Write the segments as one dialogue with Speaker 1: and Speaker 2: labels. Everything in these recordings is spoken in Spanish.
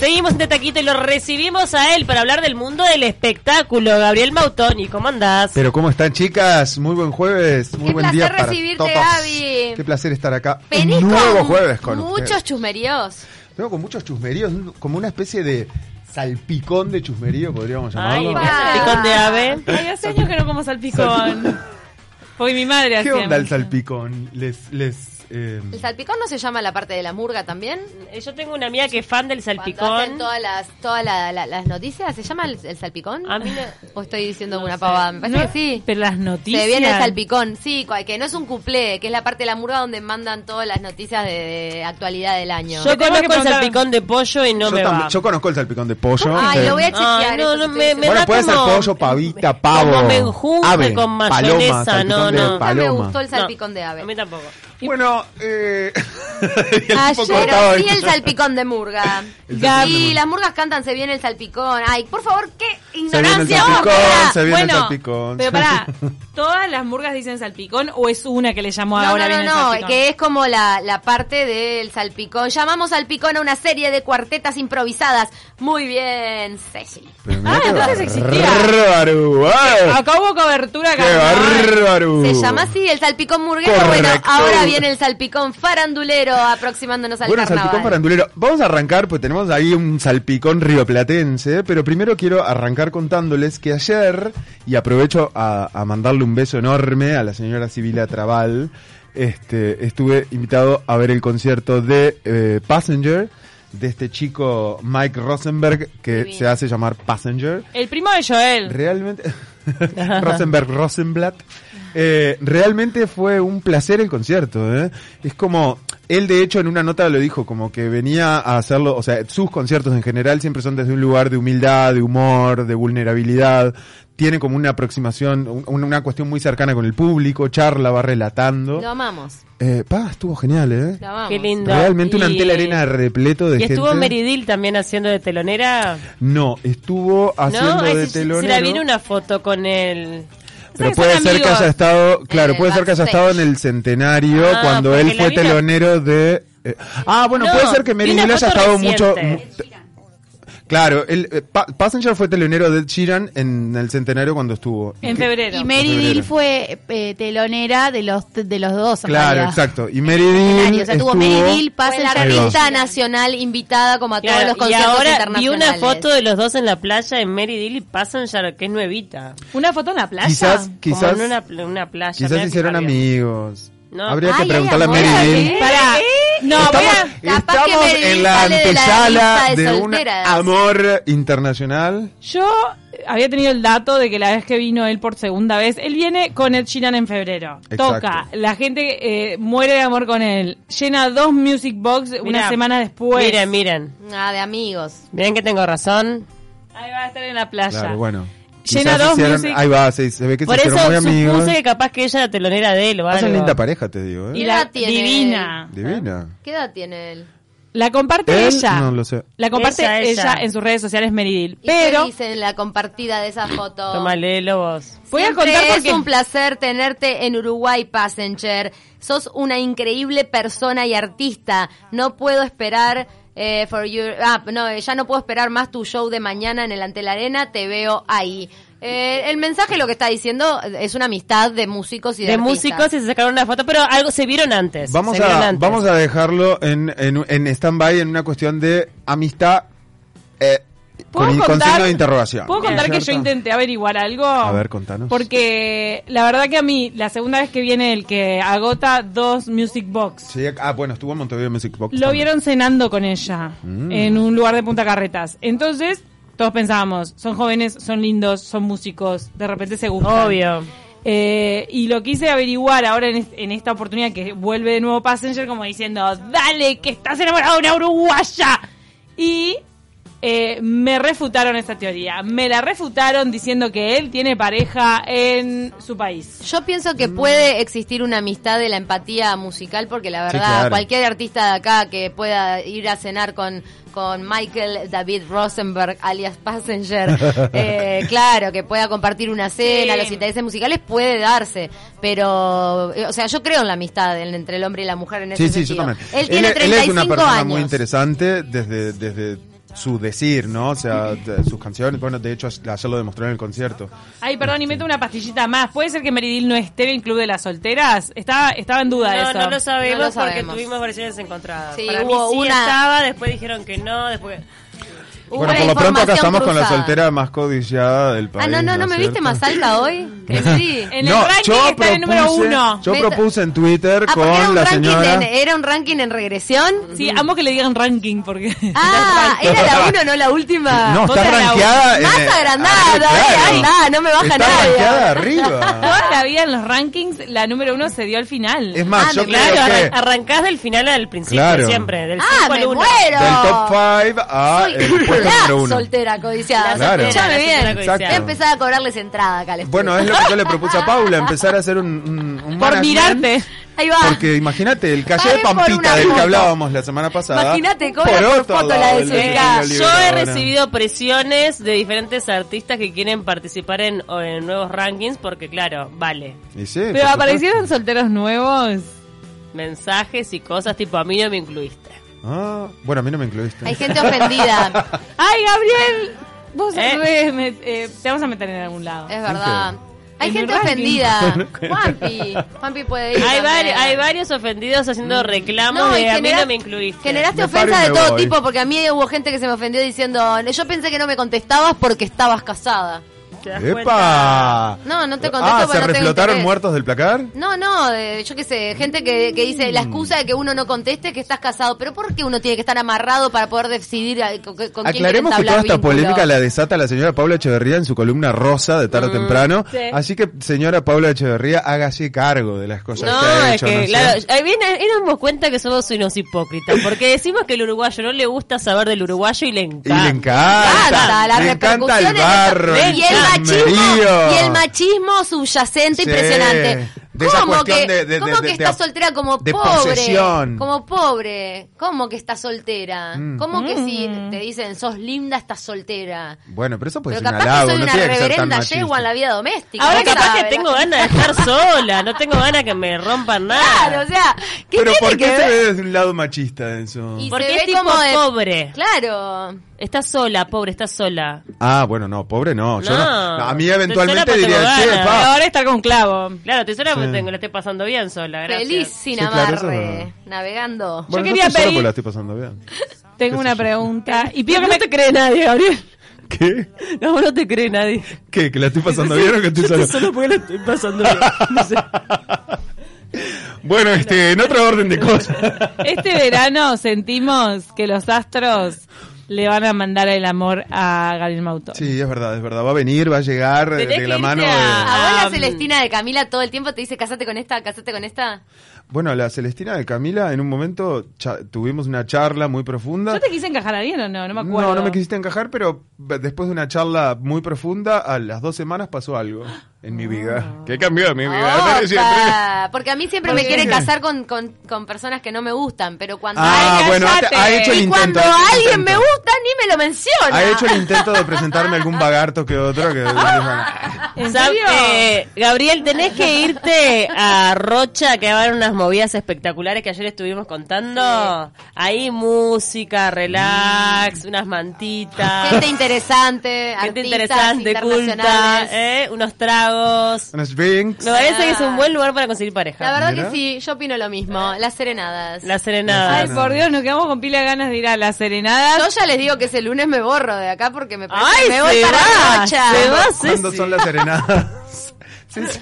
Speaker 1: estamos en este Taquito y lo recibimos a él para hablar del mundo del espectáculo. Gabriel Mautoni, ¿cómo andás?
Speaker 2: Pero ¿cómo están chicas? Muy buen jueves, muy
Speaker 3: Qué
Speaker 2: buen
Speaker 3: placer
Speaker 2: día para
Speaker 3: recibirte,
Speaker 2: todos.
Speaker 3: Gaby.
Speaker 2: Qué placer estar acá.
Speaker 3: Venís
Speaker 2: Un nuevo
Speaker 3: con
Speaker 2: jueves con
Speaker 3: muchos
Speaker 2: ustedes.
Speaker 3: chusmeríos.
Speaker 2: Vengo con muchos chusmeríos, un- como una especie de salpicón de chusmerío, podríamos
Speaker 1: Ay,
Speaker 2: llamarlo.
Speaker 1: ¿qué hace picón de ave?
Speaker 4: Ay, hace años que no como salpicón. Porque mi madre
Speaker 2: ¿Qué
Speaker 4: hacía.
Speaker 2: onda el
Speaker 4: mucho.
Speaker 2: salpicón? Les, les, eh,
Speaker 3: ¿El salpicón no se llama la parte de la murga también?
Speaker 1: Eh, Yo tengo una amiga que es fan del
Speaker 3: Cuando
Speaker 1: salpicón.
Speaker 3: hacen todas las, todas la- la- las noticias, ¿se llama el, el salpicón?
Speaker 1: A mí no-
Speaker 3: ¿O estoy diciendo una pavada? Me parece
Speaker 4: No,
Speaker 3: que sí.
Speaker 4: Pero las noticias.
Speaker 3: Se viene el salpicón, sí, cual- que no es un cuplé, que es la parte de la murga donde mandan todas las noticias de, de actualidad del año.
Speaker 1: Yo
Speaker 4: Me tengo que
Speaker 1: conozco el
Speaker 4: preguntar-
Speaker 1: salpicón de pollo y no
Speaker 2: yo,
Speaker 1: me
Speaker 2: tam-
Speaker 1: va.
Speaker 2: yo conozco el salpicón de pollo.
Speaker 3: Ay,
Speaker 2: sí.
Speaker 3: lo voy a chequear.
Speaker 1: Ay, no,
Speaker 3: eso
Speaker 1: no,
Speaker 3: que
Speaker 1: me-
Speaker 3: estoy
Speaker 1: me
Speaker 3: diciendo.
Speaker 2: Bueno,
Speaker 1: da
Speaker 2: puede ser
Speaker 1: como-
Speaker 2: pollo, pavita, pavo,
Speaker 1: como menjunje
Speaker 2: ave,
Speaker 1: con
Speaker 2: paloma,
Speaker 1: mayonesa,
Speaker 2: salpicón
Speaker 1: no,
Speaker 2: de
Speaker 1: no.
Speaker 3: Nunca me
Speaker 2: paloma.
Speaker 3: gustó el salpicón de ave.
Speaker 1: A mí tampoco.
Speaker 2: Bueno, eh... el tipo
Speaker 3: Ayer
Speaker 2: cortado
Speaker 3: vi
Speaker 2: de-
Speaker 3: el salpicón de murga.
Speaker 2: El salpicón de
Speaker 3: Y
Speaker 2: murga.
Speaker 3: las murgas cantan Se viene el salpicón. Ay, por favor, qué
Speaker 2: Se viene el
Speaker 3: ignorancia.
Speaker 2: salpicón,
Speaker 3: Bárbara.
Speaker 2: se viene
Speaker 4: bueno,
Speaker 2: el salpicón.
Speaker 4: Pero pará, ¿todas las murgas dicen salpicón o es una que le llamó
Speaker 3: No,
Speaker 4: ahora
Speaker 3: no,
Speaker 4: viene el
Speaker 3: no, no,
Speaker 4: salpicón?
Speaker 3: que es como la, la parte del salpicón. Llamamos salpicón a una serie de cuartetas improvisadas. Muy bien, Ceci.
Speaker 2: Pero mirá
Speaker 4: Ah,
Speaker 2: qué
Speaker 4: entonces existía.
Speaker 2: bárbaro, eh.
Speaker 4: Acá hubo cobertura
Speaker 2: ¡Qué
Speaker 4: carnaval.
Speaker 2: bárbaro!
Speaker 3: Se llama así el salpicón murguero. Bueno,
Speaker 2: Correcto.
Speaker 3: ahora viene el salpicón farandulero aproximándonos al
Speaker 2: Bueno,
Speaker 3: carnaval.
Speaker 2: salpicón farandulero. Vamos a arrancar, pues tenemos ahí un salpicón rioplatense, pero primero quiero arrancar contándoles que ayer, y aprovecho a, a mandarle un beso enorme a la señora Sibila Trabal, este, estuve invitado a ver el concierto de eh, Passenger, de este chico Mike Rosenberg, que
Speaker 3: Divino.
Speaker 2: se hace llamar Passenger.
Speaker 4: El primo de Joel.
Speaker 2: Realmente. Rosenberg, Rosenblatt. Eh, realmente fue un placer el concierto. ¿eh? Es como. Él, de hecho, en una nota lo dijo, como que venía a hacerlo. O sea, sus conciertos en general siempre son desde un lugar de humildad, de humor, de vulnerabilidad. Tiene como una aproximación, un- una cuestión muy cercana con el público. Charla, va relatando.
Speaker 3: Lo amamos,
Speaker 2: Eh, pa, estuvo genial, ¿eh?
Speaker 3: lo amamos.
Speaker 1: Qué lindo.
Speaker 2: Realmente un
Speaker 1: Y-
Speaker 2: ante la arena ¿eh? repleto de
Speaker 1: ¿Y
Speaker 2: gente.
Speaker 1: estuvo Meridil también haciendo de telonera?
Speaker 2: No, estuvo haciendo
Speaker 1: ¿No? Ay,
Speaker 2: de
Speaker 1: si-
Speaker 2: telonero.
Speaker 1: Si la viene una foto con él.
Speaker 2: Pero
Speaker 4: que
Speaker 2: puede
Speaker 4: son
Speaker 2: ser que
Speaker 4: amigos.
Speaker 2: haya estado, claro,
Speaker 3: el
Speaker 2: puede ser que haya estado en
Speaker 3: backstage.
Speaker 2: el centenario
Speaker 1: Ah,
Speaker 2: cuando
Speaker 1: porque
Speaker 2: él
Speaker 1: la
Speaker 2: fue
Speaker 1: vino-
Speaker 2: teleonero de. eh, ah, bueno,
Speaker 1: No,
Speaker 2: puede ser que Mary
Speaker 1: vi una
Speaker 2: Gill haya
Speaker 1: foto
Speaker 2: estado mucho.
Speaker 1: reciente.
Speaker 2: mu- Claro, el, eh, Pa- Passenger fue teleonero de Ed Sheeran en el centenario cuando estuvo.
Speaker 4: En febrero.
Speaker 5: Y Mary
Speaker 2: Febrero.
Speaker 5: Dill fue eh, telonera de los de los dos. en
Speaker 2: Claro,
Speaker 5: realidad.
Speaker 2: exacto. Y Mary Gill
Speaker 5: O sea, tuvo Mary Dill,
Speaker 2: estuvo.
Speaker 3: Fue la
Speaker 5: Passenger
Speaker 2: Ahí va.
Speaker 3: artista nacional invitada como a todos
Speaker 1: Claro,
Speaker 3: los
Speaker 1: y
Speaker 3: conciertos
Speaker 1: ahora vi
Speaker 3: internacionales.
Speaker 1: una foto de los dos en la playa en Meridil y Passenger, que es nuevita.
Speaker 4: ¿Una foto en la playa?
Speaker 2: Quizás, quizás,
Speaker 1: Como en una, pl- una playa.
Speaker 2: quizás
Speaker 1: mirá
Speaker 2: se
Speaker 1: que
Speaker 2: hicieron
Speaker 1: sabía.
Speaker 2: amigos.
Speaker 1: No.
Speaker 2: Habría
Speaker 3: Ay,
Speaker 2: que
Speaker 3: ay,
Speaker 2: preguntarle
Speaker 3: amor,
Speaker 2: a Mary
Speaker 3: ¿eh?
Speaker 2: Gill.
Speaker 4: Pará. No, voy
Speaker 2: estamos
Speaker 4: a...
Speaker 3: Capaz que
Speaker 2: estamos
Speaker 3: Mary Gill
Speaker 2: en la
Speaker 3: sale de la
Speaker 2: antesala
Speaker 3: lista de
Speaker 2: de un
Speaker 3: solteras.
Speaker 2: amor internacional.
Speaker 4: Yo había tenido el dato de que la vez que vino él por segunda vez, él viene con Ed Sheeran en febrero.
Speaker 2: Exacto.
Speaker 4: Toca, la gente eh, muere de amor con él. Llena dos music box
Speaker 1: Mirá,
Speaker 4: una semana después.
Speaker 1: Miren, miren.
Speaker 3: Ah, de amigos.
Speaker 1: Miren que tengo razón.
Speaker 4: Ahí va a estar en la playa.
Speaker 2: Claro, bueno.
Speaker 4: Llena
Speaker 2: Quizás
Speaker 4: dos
Speaker 2: hicieron-
Speaker 4: music-
Speaker 2: Ahí va, se, se ve que
Speaker 1: Por
Speaker 2: se
Speaker 1: eso
Speaker 2: hicieron muy amigos.
Speaker 1: supuse que capaz que ella era telonera de él o algo.
Speaker 2: Hacen Ah, linda pareja, te digo,
Speaker 4: Y
Speaker 2: ¿eh?
Speaker 3: ¿Qué
Speaker 4: la
Speaker 3: edad tiene?
Speaker 4: divina.
Speaker 2: Divina.
Speaker 3: ¿Qué edad tiene él?
Speaker 4: La comparte
Speaker 2: Él,
Speaker 4: ella.
Speaker 2: no lo sé.
Speaker 4: La comparte
Speaker 1: Ella,
Speaker 4: ella,
Speaker 1: ella.
Speaker 4: en sus redes sociales Meridil.
Speaker 3: ¿Y
Speaker 4: Pero
Speaker 3: qué dice en la compartida de esa foto?
Speaker 1: Toma, léelo vos.
Speaker 4: voy a
Speaker 3: Siempre
Speaker 4: contar porque
Speaker 3: es un placer tenerte en Uruguay, Passenger. Sos una increíble persona y artista. No puedo esperar eh, for your ah, no, ya no puedo esperar más tu show de mañana en el Ante la Arena. Te veo ahí. Eh, el mensaje lo que está diciendo es una amistad de músicos y de,
Speaker 1: De
Speaker 3: artistas.
Speaker 1: músicos y se sacaron una foto, pero algo se vieron antes.
Speaker 2: Vamos
Speaker 1: se vieron
Speaker 2: a,
Speaker 1: antes.
Speaker 2: vamos a dejarlo en, en, en stand-by en una cuestión de amistad eh,
Speaker 4: ¿Puedo
Speaker 2: con, con
Speaker 4: contar-
Speaker 2: signo de interrogación.
Speaker 4: ¿Puedo contar que yo
Speaker 2: ¿Cierto?
Speaker 4: intenté averiguar algo?
Speaker 2: A ver, contanos.
Speaker 4: Porque la verdad que a mí, la segunda vez que viene el que agota dos Music Box,
Speaker 2: Sí, ah, bueno, estuvo en Montevideo Music Box.
Speaker 4: lo
Speaker 2: también.
Speaker 4: vieron cenando con ella
Speaker 2: Mm.
Speaker 4: en un lugar de Punta Carretas. Entonces, todos pensábamos, son jóvenes, son lindos, son músicos, de repente se gustan.
Speaker 1: Obvio.
Speaker 4: Eh, y lo quise averiguar ahora en, es- en esta oportunidad que vuelve de nuevo Passenger como diciendo, dale, que estás enamorado de una uruguaya. Y eh, me refutaron esta teoría. Me la refutaron diciendo que él tiene pareja en su país.
Speaker 3: Yo pienso que puede existir una amistad de la empatía musical porque la
Speaker 2: Sí,
Speaker 3: verdad
Speaker 2: claro.
Speaker 3: cualquier artista de acá que pueda ir a cenar con con Michael David Rosenberg alias Passenger, eh, claro, que pueda compartir una cena,
Speaker 4: Sí.
Speaker 3: los intereses musicales puede darse, pero eh, o sea, yo creo en la amistad en- entre el hombre y la mujer en
Speaker 2: Sí,
Speaker 3: ese
Speaker 2: sí, yo
Speaker 3: sentido.
Speaker 2: también.
Speaker 3: Él tiene
Speaker 2: es- él es una
Speaker 3: 35
Speaker 2: persona
Speaker 3: años.
Speaker 2: muy interesante desde, desde su decir, ¿no? O sea, de- sus canciones, bueno, de hecho ayer lo demostró en el concierto.
Speaker 4: Ay, perdón, y meto una pastillita más. ¿Puede ser que Meridil no esté en el Club de las Solteras? Estaba, estaba en duda
Speaker 1: No,
Speaker 4: eso.
Speaker 1: no lo sabemos
Speaker 3: No lo
Speaker 1: porque
Speaker 3: sabemos.
Speaker 1: tuvimos versiones encontradas.
Speaker 3: Sí,
Speaker 1: Para mí
Speaker 3: hubo
Speaker 1: sí
Speaker 3: una-
Speaker 1: estaba, después dijeron que no, después...
Speaker 3: Hubo
Speaker 2: bueno,
Speaker 3: una
Speaker 2: por lo pronto acá
Speaker 3: información
Speaker 2: estamos con la
Speaker 3: cruzada.
Speaker 2: soltera más codiciada del país.
Speaker 3: Ah, no, no, no, ¿me
Speaker 2: ¿Cierto?
Speaker 3: viste más alta hoy? Crecí.
Speaker 4: En el ranking está en el número uno.
Speaker 2: Yo
Speaker 3: Me-
Speaker 2: propuse en Twitter
Speaker 3: Ah, porque era
Speaker 2: con
Speaker 3: un,
Speaker 2: la
Speaker 3: ranking
Speaker 2: señora.
Speaker 3: en, era un ranking en regresión.
Speaker 4: Sí, amo que le digan ranking porque...
Speaker 3: Ah, era la uno, no la última.
Speaker 2: No,
Speaker 4: Vos
Speaker 2: está
Speaker 4: eras la-
Speaker 2: rankeada. en
Speaker 3: más
Speaker 2: el-
Speaker 3: agrandada,
Speaker 2: arriba,
Speaker 3: eh,
Speaker 2: claro.
Speaker 3: andá, no me baja
Speaker 2: está
Speaker 3: nadie.
Speaker 2: rankeada arriba.
Speaker 4: Toda la vida en los rankings, la número uno se dio al final.
Speaker 2: Es más,
Speaker 3: Ah,
Speaker 2: yo
Speaker 3: me-
Speaker 2: creo
Speaker 1: Claro,
Speaker 2: que
Speaker 1: arran- arrancás del final al principio
Speaker 2: Claro.
Speaker 1: siempre, del 5
Speaker 3: Ah,
Speaker 1: al
Speaker 3: me
Speaker 1: 1.
Speaker 3: muero.
Speaker 2: del top 5 a el puesto
Speaker 3: la
Speaker 2: número 1.
Speaker 3: soltera codiciada.
Speaker 2: Claro.
Speaker 3: Escuchame
Speaker 1: La soltera
Speaker 3: bien.
Speaker 1: codiciada.
Speaker 3: Voy a empezar a cobrarles entrada acá. al estudio.
Speaker 2: Bueno, es lo que yo le propuse a Paula, empezar a hacer un, un, un
Speaker 4: Por
Speaker 2: management.
Speaker 4: mirarte.
Speaker 3: Ahí va.
Speaker 2: Porque imagínate, el calle de
Speaker 3: Paguen por
Speaker 2: Pampita
Speaker 3: una
Speaker 2: del que
Speaker 3: foto.
Speaker 2: hablábamos la semana pasada.
Speaker 3: Imagínate, cobra por
Speaker 2: otro
Speaker 3: foto la
Speaker 2: lado del
Speaker 3: desubicada.
Speaker 2: libro
Speaker 1: Yo he
Speaker 2: ahora.
Speaker 1: recibido presiones de diferentes artistas que quieren participar en, o en nuevos rankings porque, claro, vale.
Speaker 2: Y sí, por
Speaker 4: Pero
Speaker 2: supuesto.
Speaker 4: aparecieron solteros nuevos.
Speaker 1: Mensajes y cosas tipo, a mí no me incluiste.
Speaker 2: Ah, bueno, a mí no me incluiste.
Speaker 3: Hay gente ofendida.
Speaker 4: Ay, Gabriel, vos
Speaker 1: Eh.
Speaker 4: re- me- eh, te vamos a meter en algún lado.
Speaker 3: Es verdad. Hay
Speaker 4: En
Speaker 3: gente
Speaker 4: el
Speaker 3: ofendida. Juanpi. Juanpi puede ir.
Speaker 1: Hay,
Speaker 3: también.
Speaker 1: vari- hay varios ofendidos haciendo reclamos
Speaker 3: Mm. y
Speaker 1: de a mí
Speaker 3: genera-
Speaker 1: no me incluiste.
Speaker 3: Generaste
Speaker 2: Me paro y
Speaker 3: ofensas de
Speaker 2: me
Speaker 3: todo
Speaker 2: voy.
Speaker 3: tipo, porque a mí hubo gente que se me ofendió diciendo, yo pensé que no me contestabas porque estabas casada.
Speaker 1: ¿Te das cuenta?
Speaker 2: ¡Epa!
Speaker 3: No, no te contesto
Speaker 2: Ah,
Speaker 3: porque
Speaker 2: ¿se
Speaker 3: no tengo
Speaker 2: reflotaron
Speaker 3: interés.
Speaker 2: muertos del placar?
Speaker 3: No, no, eh, yo qué sé, gente que, que dice la excusa de que uno no conteste es que estás casado, pero ¿por qué uno tiene que estar amarrado para poder decidir a- con, con quién quiere
Speaker 2: Aclaremos que
Speaker 3: entablar
Speaker 2: toda esta
Speaker 3: vínculo?
Speaker 2: polémica la desata la señora Paula Echeverría en su columna rosa de tarde temprano.
Speaker 4: Mm, sí.
Speaker 2: Así que, señora Paula Echeverría, hágase cargo de las cosas que
Speaker 1: No,
Speaker 2: ha
Speaker 1: es
Speaker 2: hecho.
Speaker 1: que,
Speaker 2: ¿no?
Speaker 1: claro, ahí, viene, ahí nos damos cuenta que somos unos hipócritas, porque decimos que el uruguayo no le gusta saber del uruguayo y le
Speaker 2: Y le
Speaker 1: encanta.
Speaker 2: encanta.
Speaker 3: Encanta, Ah, la
Speaker 2: le encanta el
Speaker 3: repercusión es-
Speaker 2: barro.
Speaker 1: Ven,
Speaker 3: y el machismo
Speaker 2: chismerío.
Speaker 3: y el machismo subyacente
Speaker 2: Sí,
Speaker 3: impresionante
Speaker 2: de esa
Speaker 3: ¿Cómo
Speaker 2: cuestión
Speaker 3: que,
Speaker 2: de- de-
Speaker 3: cómo
Speaker 2: de-
Speaker 3: que
Speaker 2: de-
Speaker 3: está
Speaker 2: de-
Speaker 3: soltera como
Speaker 2: de
Speaker 3: pobre
Speaker 2: posesión.
Speaker 3: como pobre cómo que está soltera
Speaker 2: Mm.
Speaker 3: cómo que si te dicen sos linda estás soltera
Speaker 2: Bueno, pero eso puede
Speaker 3: pero
Speaker 2: ser Pues un
Speaker 3: capaz
Speaker 2: halago,
Speaker 3: que soy
Speaker 2: no
Speaker 3: una
Speaker 2: tiene que ser tan
Speaker 3: reverenda
Speaker 2: machista.
Speaker 3: yegua en la vida doméstica
Speaker 1: Ahora
Speaker 3: ¿no
Speaker 1: capaz que
Speaker 3: sabe?
Speaker 1: tengo ganas de estar sola, no tengo ganas que me rompan nada.
Speaker 3: claro o sea ¿qué
Speaker 2: Ah. Pero
Speaker 3: tiene
Speaker 2: ¿por qué
Speaker 3: que
Speaker 2: se
Speaker 3: ver?
Speaker 2: ve desde un lado machista eso?
Speaker 3: Y
Speaker 1: Porque
Speaker 3: se
Speaker 1: es
Speaker 3: ve
Speaker 1: tipo
Speaker 3: como de-
Speaker 1: pobre.
Speaker 3: claro
Speaker 1: Está sola, pobre, está sola.
Speaker 2: Ah, bueno, no, pobre no. Yo no-
Speaker 1: No.
Speaker 2: a mí
Speaker 1: Tercera
Speaker 2: eventualmente
Speaker 1: porque
Speaker 2: diría,
Speaker 1: tengo
Speaker 2: che,
Speaker 1: ganas".
Speaker 2: pa.
Speaker 4: Ahora está con clavo.
Speaker 1: Claro, te sola porque
Speaker 2: Sí.
Speaker 1: tengo, la estoy pasando bien sola, gracias.
Speaker 3: feliz sin
Speaker 2: Sí, claro,
Speaker 3: amarre
Speaker 2: eso es verdad.
Speaker 3: navegando
Speaker 2: Bueno,
Speaker 4: quería
Speaker 2: estoy solo
Speaker 4: pedir-
Speaker 2: porque la estoy pasando bien.
Speaker 4: Tengo
Speaker 2: sé
Speaker 4: una
Speaker 2: yo?
Speaker 4: pregunta. Y pido que
Speaker 1: no
Speaker 4: me...
Speaker 1: te cree nadie, Gabriel.
Speaker 2: ¿Qué?
Speaker 1: No, no te cree nadie.
Speaker 2: ¿Qué? ¿Que la estoy pasando bien o que estoy solo?
Speaker 1: Solo porque la estoy pasando bien. No sé.
Speaker 2: Bueno, este, en otro orden de cosas.
Speaker 4: Este verano sentimos que los astros le van a mandar el amor a Gabriel Mautón.
Speaker 2: Sí, es verdad, es verdad. Va a venir, va a llegar eh,
Speaker 1: Tenés
Speaker 2: de
Speaker 1: que
Speaker 2: la
Speaker 1: irte
Speaker 2: mano.
Speaker 1: a-
Speaker 2: de-
Speaker 3: Abuela
Speaker 1: Ah,
Speaker 3: Celestina de Camila todo el tiempo te dice casate con esta, casate con esta.
Speaker 2: Bueno, la Celestina de Camila, en un momento cha- tuvimos una charla muy profunda.
Speaker 4: ¿Yo te quise encajar a bien o no? No me acuerdo.
Speaker 2: No, no me quisiste encajar, pero b- después de una charla muy profunda, a las dos semanas pasó algo en mi vida. ¿Qué cambió en mi vida?
Speaker 3: Opa,
Speaker 2: Desde siempre.
Speaker 3: Porque a mí siempre
Speaker 2: ¿Por
Speaker 3: me
Speaker 2: qué?
Speaker 3: quieren casar con, con, con personas que no me gustan, pero cuando
Speaker 2: Ah,
Speaker 4: Ay,
Speaker 2: bueno, ha,
Speaker 4: cállate.
Speaker 2: ha hecho el
Speaker 3: y
Speaker 2: intento.
Speaker 3: cuando
Speaker 2: ha hecho el
Speaker 3: alguien me
Speaker 2: intento.
Speaker 3: gusta ni me lo menciona.
Speaker 2: Ha hecho el intento de presentarme algún vagarto que otro. Que...
Speaker 4: ¿En
Speaker 1: Sab-
Speaker 4: serio?
Speaker 1: eh, Gabriel, tenés que irte a Rocha, que va a haber unas movidas espectaculares que ayer estuvimos contando. Ahí música, relax, unas mantitas.
Speaker 3: Gente interesante,
Speaker 1: gente
Speaker 3: artistas
Speaker 1: interesante, culta,
Speaker 3: internacionales.
Speaker 1: eh, unos tragos.
Speaker 2: Unos drinks.
Speaker 1: Me parece que es un buen lugar para conseguir
Speaker 3: La
Speaker 1: pareja.
Speaker 3: verdad
Speaker 2: Mira.
Speaker 3: que sí, yo opino lo mismo. Las serenadas.
Speaker 1: La
Speaker 4: Ay,
Speaker 1: serenada.
Speaker 2: Las-
Speaker 4: por Dios, nos quedamos con pila de ganas de ir a las serenadas.
Speaker 3: Yo ya les digo que ese lunes me borro de acá porque me parece
Speaker 1: Ay,
Speaker 3: que me voy
Speaker 1: se
Speaker 3: para
Speaker 1: va,
Speaker 3: Rocha.
Speaker 1: se va.
Speaker 2: ¿Cuándo son las serenadas? Sí, sí.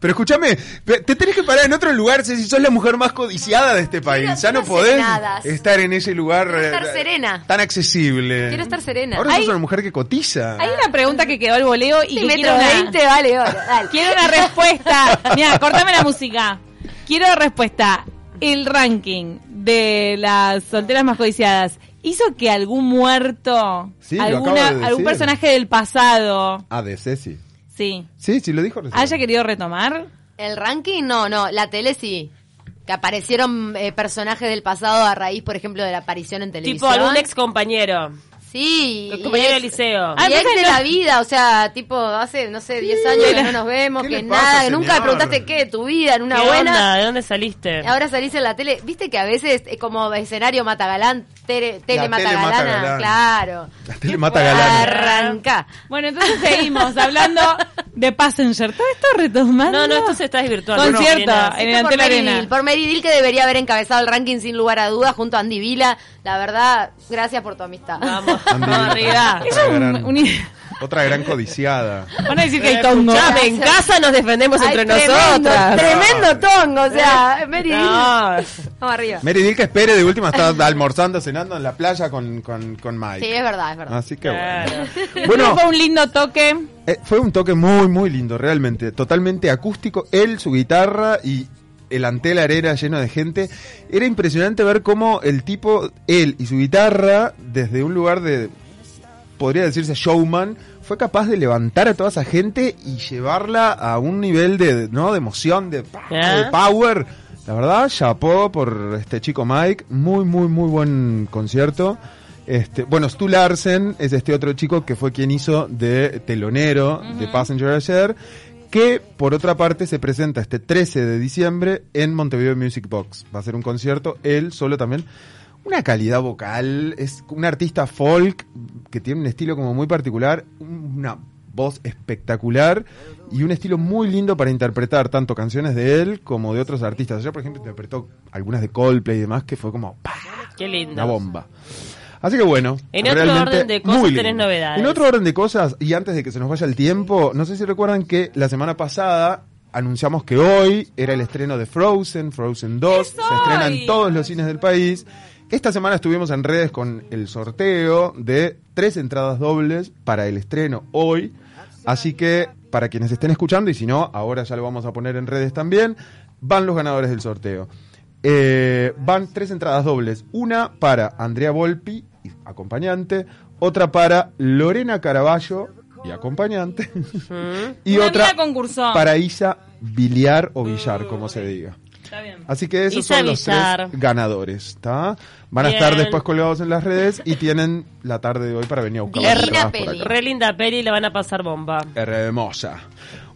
Speaker 2: Pero escúchame, pe- te tenés que parar en otro lugar, si sos la mujer más codiciada de este país. ya no
Speaker 3: quiero
Speaker 2: podés
Speaker 3: serenadas.
Speaker 2: estar en ese lugar
Speaker 3: Quiero estar
Speaker 2: eh,
Speaker 3: serena.
Speaker 2: tan accesible.
Speaker 3: Quiero estar serena.
Speaker 2: Ahora
Speaker 4: Ay.
Speaker 2: sos una mujer que cotiza.
Speaker 4: Hay una pregunta que quedó al voleo y
Speaker 3: Y
Speaker 4: que
Speaker 3: metro
Speaker 4: quiero una,
Speaker 3: 20 vale ahora, dale.
Speaker 4: quiero una respuesta. Mira, cortame la música. Quiero respuesta. El ranking de las solteras más codiciadas hizo que algún muerto,
Speaker 2: Sí, lo acabo
Speaker 4: alguna,
Speaker 2: de decir.
Speaker 4: algún personaje del pasado,
Speaker 2: Ah, de Ceci.
Speaker 4: sí,
Speaker 2: Sí, sí, lo dijo recién.
Speaker 3: Ah,
Speaker 4: haya querido retomar.
Speaker 3: El ranking, no, no, la tele sí. Que aparecieron eh, personajes del pasado a raíz, por ejemplo, de la aparición en
Speaker 1: Tipo
Speaker 3: televisión.
Speaker 1: algún ex compañero.
Speaker 3: Sí. y
Speaker 1: Compañero del
Speaker 3: ex-
Speaker 1: liceo.
Speaker 3: y
Speaker 4: Ah,
Speaker 3: ex de
Speaker 4: entonces no-
Speaker 3: la vida, o sea, tipo, hace, no sé, 10 años que no nos vemos,
Speaker 2: ¿Qué
Speaker 3: que
Speaker 2: le pasa,
Speaker 3: nada, que nunca
Speaker 2: señor?
Speaker 3: preguntaste qué, de tu vida, en una
Speaker 1: ¿Qué
Speaker 3: buena.
Speaker 1: onda? ¿De dónde saliste?
Speaker 3: Ahora salís en la tele, viste que a veces, eh, como escenario matagalán, Tele,
Speaker 2: tele mata
Speaker 3: Matagalarana,
Speaker 2: galán.
Speaker 3: claro.
Speaker 2: La tele mata
Speaker 3: Ah,
Speaker 2: galán.
Speaker 3: Arranca.
Speaker 4: Bueno, entonces seguimos hablando de Passenger. Todo esto retomando.
Speaker 1: No, no, esto se está desvirtuando.
Speaker 4: Concierto
Speaker 1: Bueno,
Speaker 4: en el
Speaker 3: Esto por
Speaker 4: Antel
Speaker 3: Meridil,
Speaker 4: Arena.
Speaker 3: Por Meridil que debería haber encabezado el ranking sin lugar a dudas junto a Andy Vila. La verdad, gracias por tu amistad.
Speaker 1: Vamos,
Speaker 2: Andy,
Speaker 1: vamos arriba.
Speaker 2: otra
Speaker 4: Eso es un-
Speaker 2: gran-
Speaker 4: un-
Speaker 2: Otra gran codiciada.
Speaker 4: Van a decir
Speaker 1: Eh,
Speaker 4: que hay tongo.
Speaker 1: Escuchame, en casa nos defendemos
Speaker 3: Ay,
Speaker 1: entre
Speaker 3: tremendo,
Speaker 1: nosotras.
Speaker 3: Tremendo tongo, o sea, Meridil.
Speaker 1: No.
Speaker 3: Vamos arriba.
Speaker 2: Meridil que espere de última está almorzando, cenando en la playa con, con, con Mike.
Speaker 3: Sí, es verdad, es verdad.
Speaker 2: Así que
Speaker 1: Claro.
Speaker 2: bueno. Bueno,
Speaker 4: Fue un lindo toque.
Speaker 2: eh, fue un toque muy, muy lindo, realmente. Totalmente acústico. Él, su guitarra y el antel arena lleno de gente. Era impresionante ver cómo el tipo, él y su guitarra, desde un lugar de, podría decirse showman, fue capaz de levantar a toda esa gente y llevarla a un nivel de, ¿no? de emoción, de, pa-
Speaker 1: Ya.
Speaker 2: de power. La verdad, chapó por este chico Mike. Muy, muy, muy buen concierto. Este, bueno, Stu Larsen es este otro chico que fue quien hizo de telonero de Passenger ayer, que por otra parte se presenta este 13 de diciembre en Montevideo Music Box. Va a ser un concierto, él solo también una calidad vocal, es un artista folk que tiene un estilo como muy particular, una voz espectacular y un estilo muy lindo para interpretar tanto canciones de él como de otros artistas. Yo, por ejemplo, interpretó algunas de Coldplay y demás que fue como ¡pah!
Speaker 1: Qué
Speaker 2: una
Speaker 1: lindo.
Speaker 2: bomba. Así que bueno.
Speaker 1: En otro
Speaker 2: realmente
Speaker 1: orden de cosas
Speaker 2: muy
Speaker 1: tenés
Speaker 2: lindo.
Speaker 1: novedades.
Speaker 2: En otro orden de cosas, y antes de que se nos vaya el tiempo, no sé si recuerdan que la semana pasada anunciamos que hoy era el estreno de Frozen, Frozen 2, se
Speaker 4: ¡Es hoy!
Speaker 2: estrena en todos los cines del país. Esta semana estuvimos en redes con el sorteo de tres entradas dobles para el estreno hoy. Así que para quienes estén escuchando, y si no, ahora ya lo vamos a poner en redes también, van los ganadores del sorteo. Eh, van tres entradas dobles. Una para Andrea Volpi, y acompañante. Otra para Lorena Caraballo y acompañante. y
Speaker 4: Una
Speaker 2: otra
Speaker 4: amiga concursó.
Speaker 2: para Isa Biliar o Villar, como se diga.
Speaker 4: Está bien.
Speaker 2: Así que esos
Speaker 1: Isa
Speaker 2: son los
Speaker 1: Villar.
Speaker 2: tres ganadores, ¿tá? Van a estar
Speaker 1: Bien.
Speaker 2: después colgados en las redes y tienen la tarde de hoy para venir a buscar
Speaker 3: Divina
Speaker 2: las entradas por
Speaker 3: peli.
Speaker 2: acá.
Speaker 1: Re linda peli, la van a pasar bomba.
Speaker 2: Hermosa.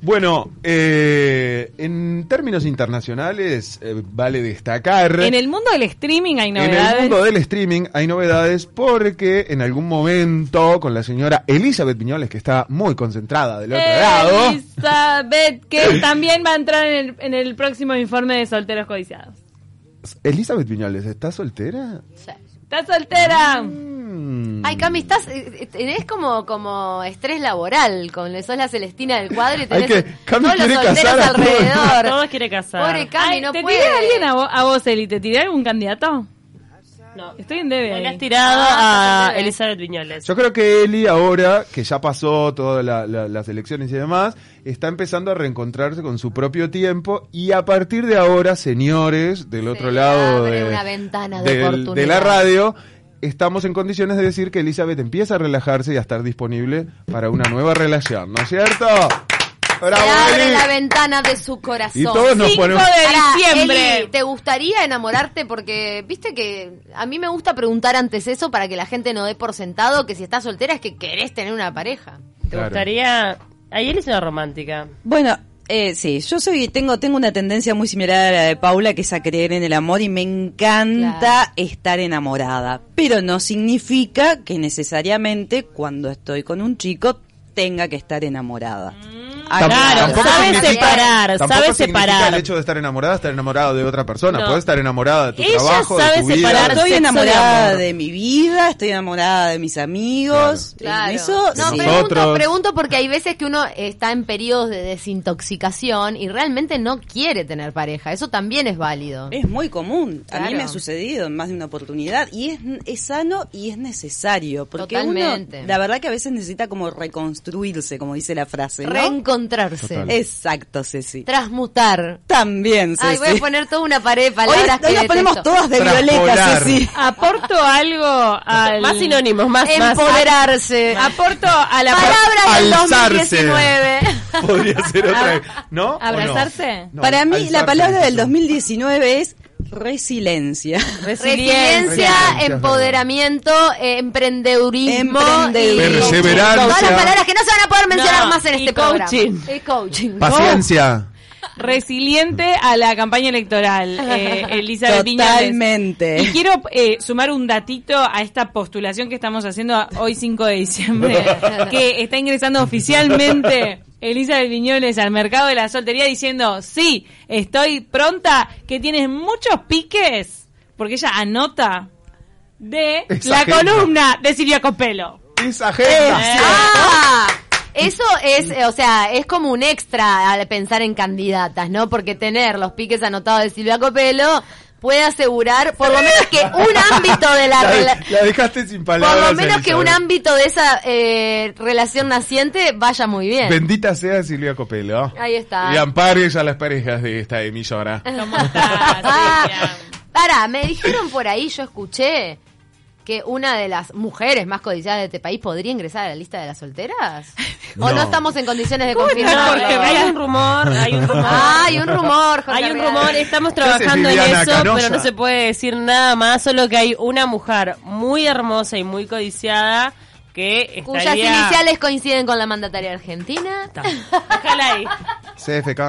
Speaker 2: Bueno, eh, en términos internacionales, eh, vale destacar.
Speaker 4: En el mundo del streaming hay
Speaker 2: En
Speaker 4: novedades.
Speaker 2: el mundo del streaming hay novedades porque en algún momento con la señora Elizabeth Piñoles, que está muy concentrada del otro lado,
Speaker 4: Elizabeth, que también va a entrar en el, en el próximo informe de solteros codiciados.
Speaker 2: Elizabeth Piñoles, ¿está soltera?
Speaker 3: Sí.
Speaker 4: ¿Estás soltera?
Speaker 2: Mm.
Speaker 3: Ay, Cami, estás, eh, eh, tenés como, como estrés laboral, con sos la Celestina del cuadro y tenés
Speaker 2: que- Cami
Speaker 3: todos los
Speaker 2: quiere
Speaker 3: solteros
Speaker 2: casar a todos.
Speaker 3: alrededor.
Speaker 1: Todos quiere casar.
Speaker 3: Pobre Cami,
Speaker 4: Ay,
Speaker 3: no
Speaker 4: ¿Te
Speaker 3: puede.
Speaker 4: tiré a alguien a vos, a vos, Eli? ¿Te tiré a algún candidato?
Speaker 1: No.
Speaker 4: Estoy en debe.
Speaker 1: Me
Speaker 4: ahí.
Speaker 1: has tirado
Speaker 3: Ah,
Speaker 1: a
Speaker 3: está
Speaker 1: Elizabeth Viñoles.
Speaker 2: Yo creo que Eli ahora, que ya pasó todas la- la- las elecciones y demás, está empezando a reencontrarse con su propio tiempo y a partir de ahora, señores, del otro
Speaker 3: Se
Speaker 2: lado
Speaker 3: abre
Speaker 2: de,
Speaker 3: una ventana de
Speaker 2: del-
Speaker 3: oportunidad.
Speaker 2: de la radio, estamos en condiciones de decir que Elizabeth empieza a relajarse y a estar disponible para una nueva relación, ¿no es cierto? ¡Bravo,
Speaker 3: Se abre
Speaker 2: Eli!
Speaker 3: la ventana de su corazón.
Speaker 2: Y todos nos
Speaker 4: Cinco
Speaker 2: ponemos...
Speaker 4: de
Speaker 3: Pará,
Speaker 4: diciembre.
Speaker 3: Eli, ¿Te gustaría enamorarte? Porque, viste que a mí me gusta preguntar antes eso para que la gente no dé por sentado que si estás soltera es que querés tener una pareja.
Speaker 1: ¿Te
Speaker 2: Claro.
Speaker 1: gustaría...? Ayer es una romántica.
Speaker 6: Bueno, eh, sí, yo soy tengo tengo una tendencia muy similar a la de Paula, que es a creer en el amor y me encanta
Speaker 3: Claro.
Speaker 6: estar enamorada, pero no significa que necesariamente cuando estoy con un chico tenga que estar enamorada.
Speaker 1: Mm.
Speaker 6: Ah,
Speaker 2: Tamp-
Speaker 1: Claro,
Speaker 2: tampoco
Speaker 1: sabe
Speaker 2: significa-
Speaker 1: separar,
Speaker 2: tampoco
Speaker 1: sabe
Speaker 2: significa
Speaker 1: separar.
Speaker 2: El hecho de estar enamorada, estar enamorado de otra persona.
Speaker 1: No.
Speaker 2: Puedes estar enamorada de tu
Speaker 1: Ella
Speaker 2: trabajo, de
Speaker 1: sabe
Speaker 2: tu vida.
Speaker 1: separar
Speaker 6: Estoy
Speaker 1: sexo de
Speaker 6: enamorada
Speaker 1: amor.
Speaker 6: de mi vida, estoy enamorada de mis amigos,
Speaker 3: Claro.
Speaker 6: en eso
Speaker 3: no,
Speaker 2: pero-
Speaker 6: sí.
Speaker 3: pregunto,
Speaker 2: Nosotros.
Speaker 3: pregunto porque hay veces que uno está en periodos de desintoxicación y realmente no quiere tener pareja. Eso también es válido.
Speaker 6: Es muy común. A
Speaker 3: Claro.
Speaker 6: mí me ha sucedido en más de una oportunidad. Y es, es sano y es necesario. Porque
Speaker 3: Totalmente.
Speaker 6: uno, la verdad que a veces necesita como reconstruirse, como dice la frase, ¿no? Eh.
Speaker 3: Reencontrarse,
Speaker 2: Total.
Speaker 6: Exacto, Ceci.
Speaker 3: transmutar.
Speaker 6: También, Ceci.
Speaker 3: Ay, voy a poner toda una pared de
Speaker 6: hoy
Speaker 3: palabras
Speaker 6: hoy
Speaker 3: que
Speaker 6: nos ponemos
Speaker 3: detesto.
Speaker 6: todas de
Speaker 2: Traspolar.
Speaker 6: violeta, Ceci.
Speaker 4: Aporto algo al... Eh,
Speaker 1: Más sinónimos, más, más.
Speaker 3: Empoderarse.
Speaker 4: Aporto a la...
Speaker 3: Palabras del
Speaker 2: Alzarse.
Speaker 3: 2019.
Speaker 2: Podría ser otra. ¿No? ¿O no?
Speaker 4: ¿Abrazarse?
Speaker 2: No,
Speaker 6: Ah, Para mí,
Speaker 2: alzarse
Speaker 6: la palabra
Speaker 2: es
Speaker 6: del
Speaker 2: eso.
Speaker 6: 2019 es resiliencia.
Speaker 3: Resiliencia,
Speaker 2: Resiliencia,
Speaker 3: empoderamiento, eh, emprendedurismo.
Speaker 6: Emprendedurismo.
Speaker 3: y-
Speaker 2: Perseverancia.
Speaker 3: Todas las palabras que no se van a poder mencionar
Speaker 1: No,
Speaker 3: más en
Speaker 1: y
Speaker 3: este
Speaker 1: coaching.
Speaker 3: programa. Y coaching.
Speaker 2: Paciencia.
Speaker 4: resiliente a la campaña electoral, eh, Elizabeth Viñales.
Speaker 6: Totalmente.
Speaker 4: Y quiero eh, sumar un datito a esta postulación que estamos haciendo hoy 5 de diciembre, que está ingresando oficialmente Elizabeth Viñoles al mercado de la soltería diciendo, sí, estoy pronta, que tienes muchos piques, porque ella anota de
Speaker 2: Es
Speaker 4: la
Speaker 2: ajena.
Speaker 4: columna de Silvia Copelo.
Speaker 2: Es agenda.
Speaker 3: ¡Ah! Eso es, eh, o sea, es como un extra al pensar en candidatas, ¿no? Porque tener los piques anotados de Silvia Copelo puede asegurar por lo menos que un ámbito de la,
Speaker 2: La,
Speaker 3: rela-
Speaker 2: la dejaste sin palabras.
Speaker 3: por lo menos que un
Speaker 2: Elizabeth.
Speaker 3: ámbito de esa eh, relación naciente vaya muy bien.
Speaker 2: Bendita sea Silvia Copelo.
Speaker 3: Ahí está. Eh.
Speaker 2: Y ampares a las parejas de esta emisora.
Speaker 4: ¿Cómo estás, Silvia?
Speaker 3: Para, Ah, me dijeron por ahí, yo escuché que una de las mujeres más codiciadas de este país podría ingresar a la lista de las solteras. ¿O
Speaker 2: No.
Speaker 3: no estamos en condiciones de
Speaker 1: No,
Speaker 3: confirmarlo?
Speaker 1: porque hay un rumor, hay un rumor.
Speaker 3: Ah, hay un rumor, Jorge
Speaker 1: Hay un
Speaker 3: Real.
Speaker 1: rumor, estamos
Speaker 2: ¿Qué haces,
Speaker 1: trabajando en
Speaker 2: Viviana
Speaker 1: eso,
Speaker 2: Canosa?
Speaker 1: pero no se puede decir nada más, solo que hay una mujer muy hermosa y muy codiciada que
Speaker 3: Cuyas
Speaker 1: estaría...
Speaker 3: iniciales coinciden con la mandataria argentina.
Speaker 1: Ta, Déjala ahí.
Speaker 2: CFK.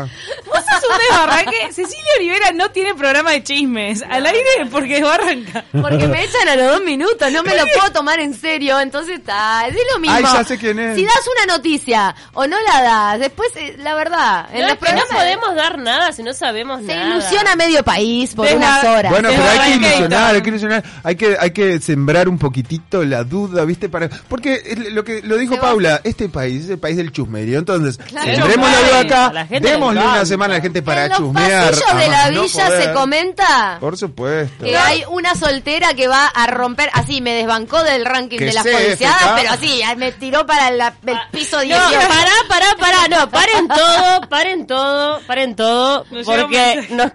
Speaker 4: Vos sos un desbarranque. Cecilia Olivera no tiene programa de chismes. Al aire porque desbarranca.
Speaker 3: Porque me echan a los dos minutos, no me lo puedo tomar en serio, entonces está, es lo mismo.
Speaker 2: Ay, ya sé quién es.
Speaker 3: Si das una noticia o no la das, después, eh, la verdad, en
Speaker 1: No,
Speaker 3: los
Speaker 1: es que no
Speaker 3: programas
Speaker 1: podemos dar nada si no sabemos
Speaker 3: se
Speaker 1: nada.
Speaker 3: ilusiona medio país por
Speaker 4: Deja-
Speaker 3: unas horas.
Speaker 2: Bueno,
Speaker 4: Es
Speaker 2: pero hay
Speaker 4: verdad
Speaker 2: que
Speaker 4: que
Speaker 2: ilusionar,
Speaker 4: hay
Speaker 2: hay que ilusionar, hay que, hay que sembrar un poquitito la duda, ¿viste? Para, porque es lo que lo dijo
Speaker 3: Se va.
Speaker 2: Paula, este país es el país del chusmerío, entonces
Speaker 3: Claro.
Speaker 2: sembremos la
Speaker 1: Ay,
Speaker 2: duda
Speaker 1: a la
Speaker 2: acá,
Speaker 1: gente le
Speaker 2: démosle
Speaker 1: encanta.
Speaker 2: una semana a la gente para
Speaker 3: en los
Speaker 2: chusmear.
Speaker 3: pasillos de
Speaker 2: a
Speaker 3: la
Speaker 2: más
Speaker 3: villa
Speaker 2: no poder.
Speaker 3: se comenta
Speaker 2: Por supuesto.
Speaker 3: que hay una soltera que va a romper, así me desbancó del ranking
Speaker 2: Que este
Speaker 3: de las
Speaker 2: CFK.
Speaker 3: codiciadas, pero así ay, me tiró para la- el piso 10.
Speaker 1: No, pará, pará, pará, no, paren todo, paren todo, paren todo,
Speaker 4: Nos llega un
Speaker 1: porque
Speaker 4: mensaje.
Speaker 1: nos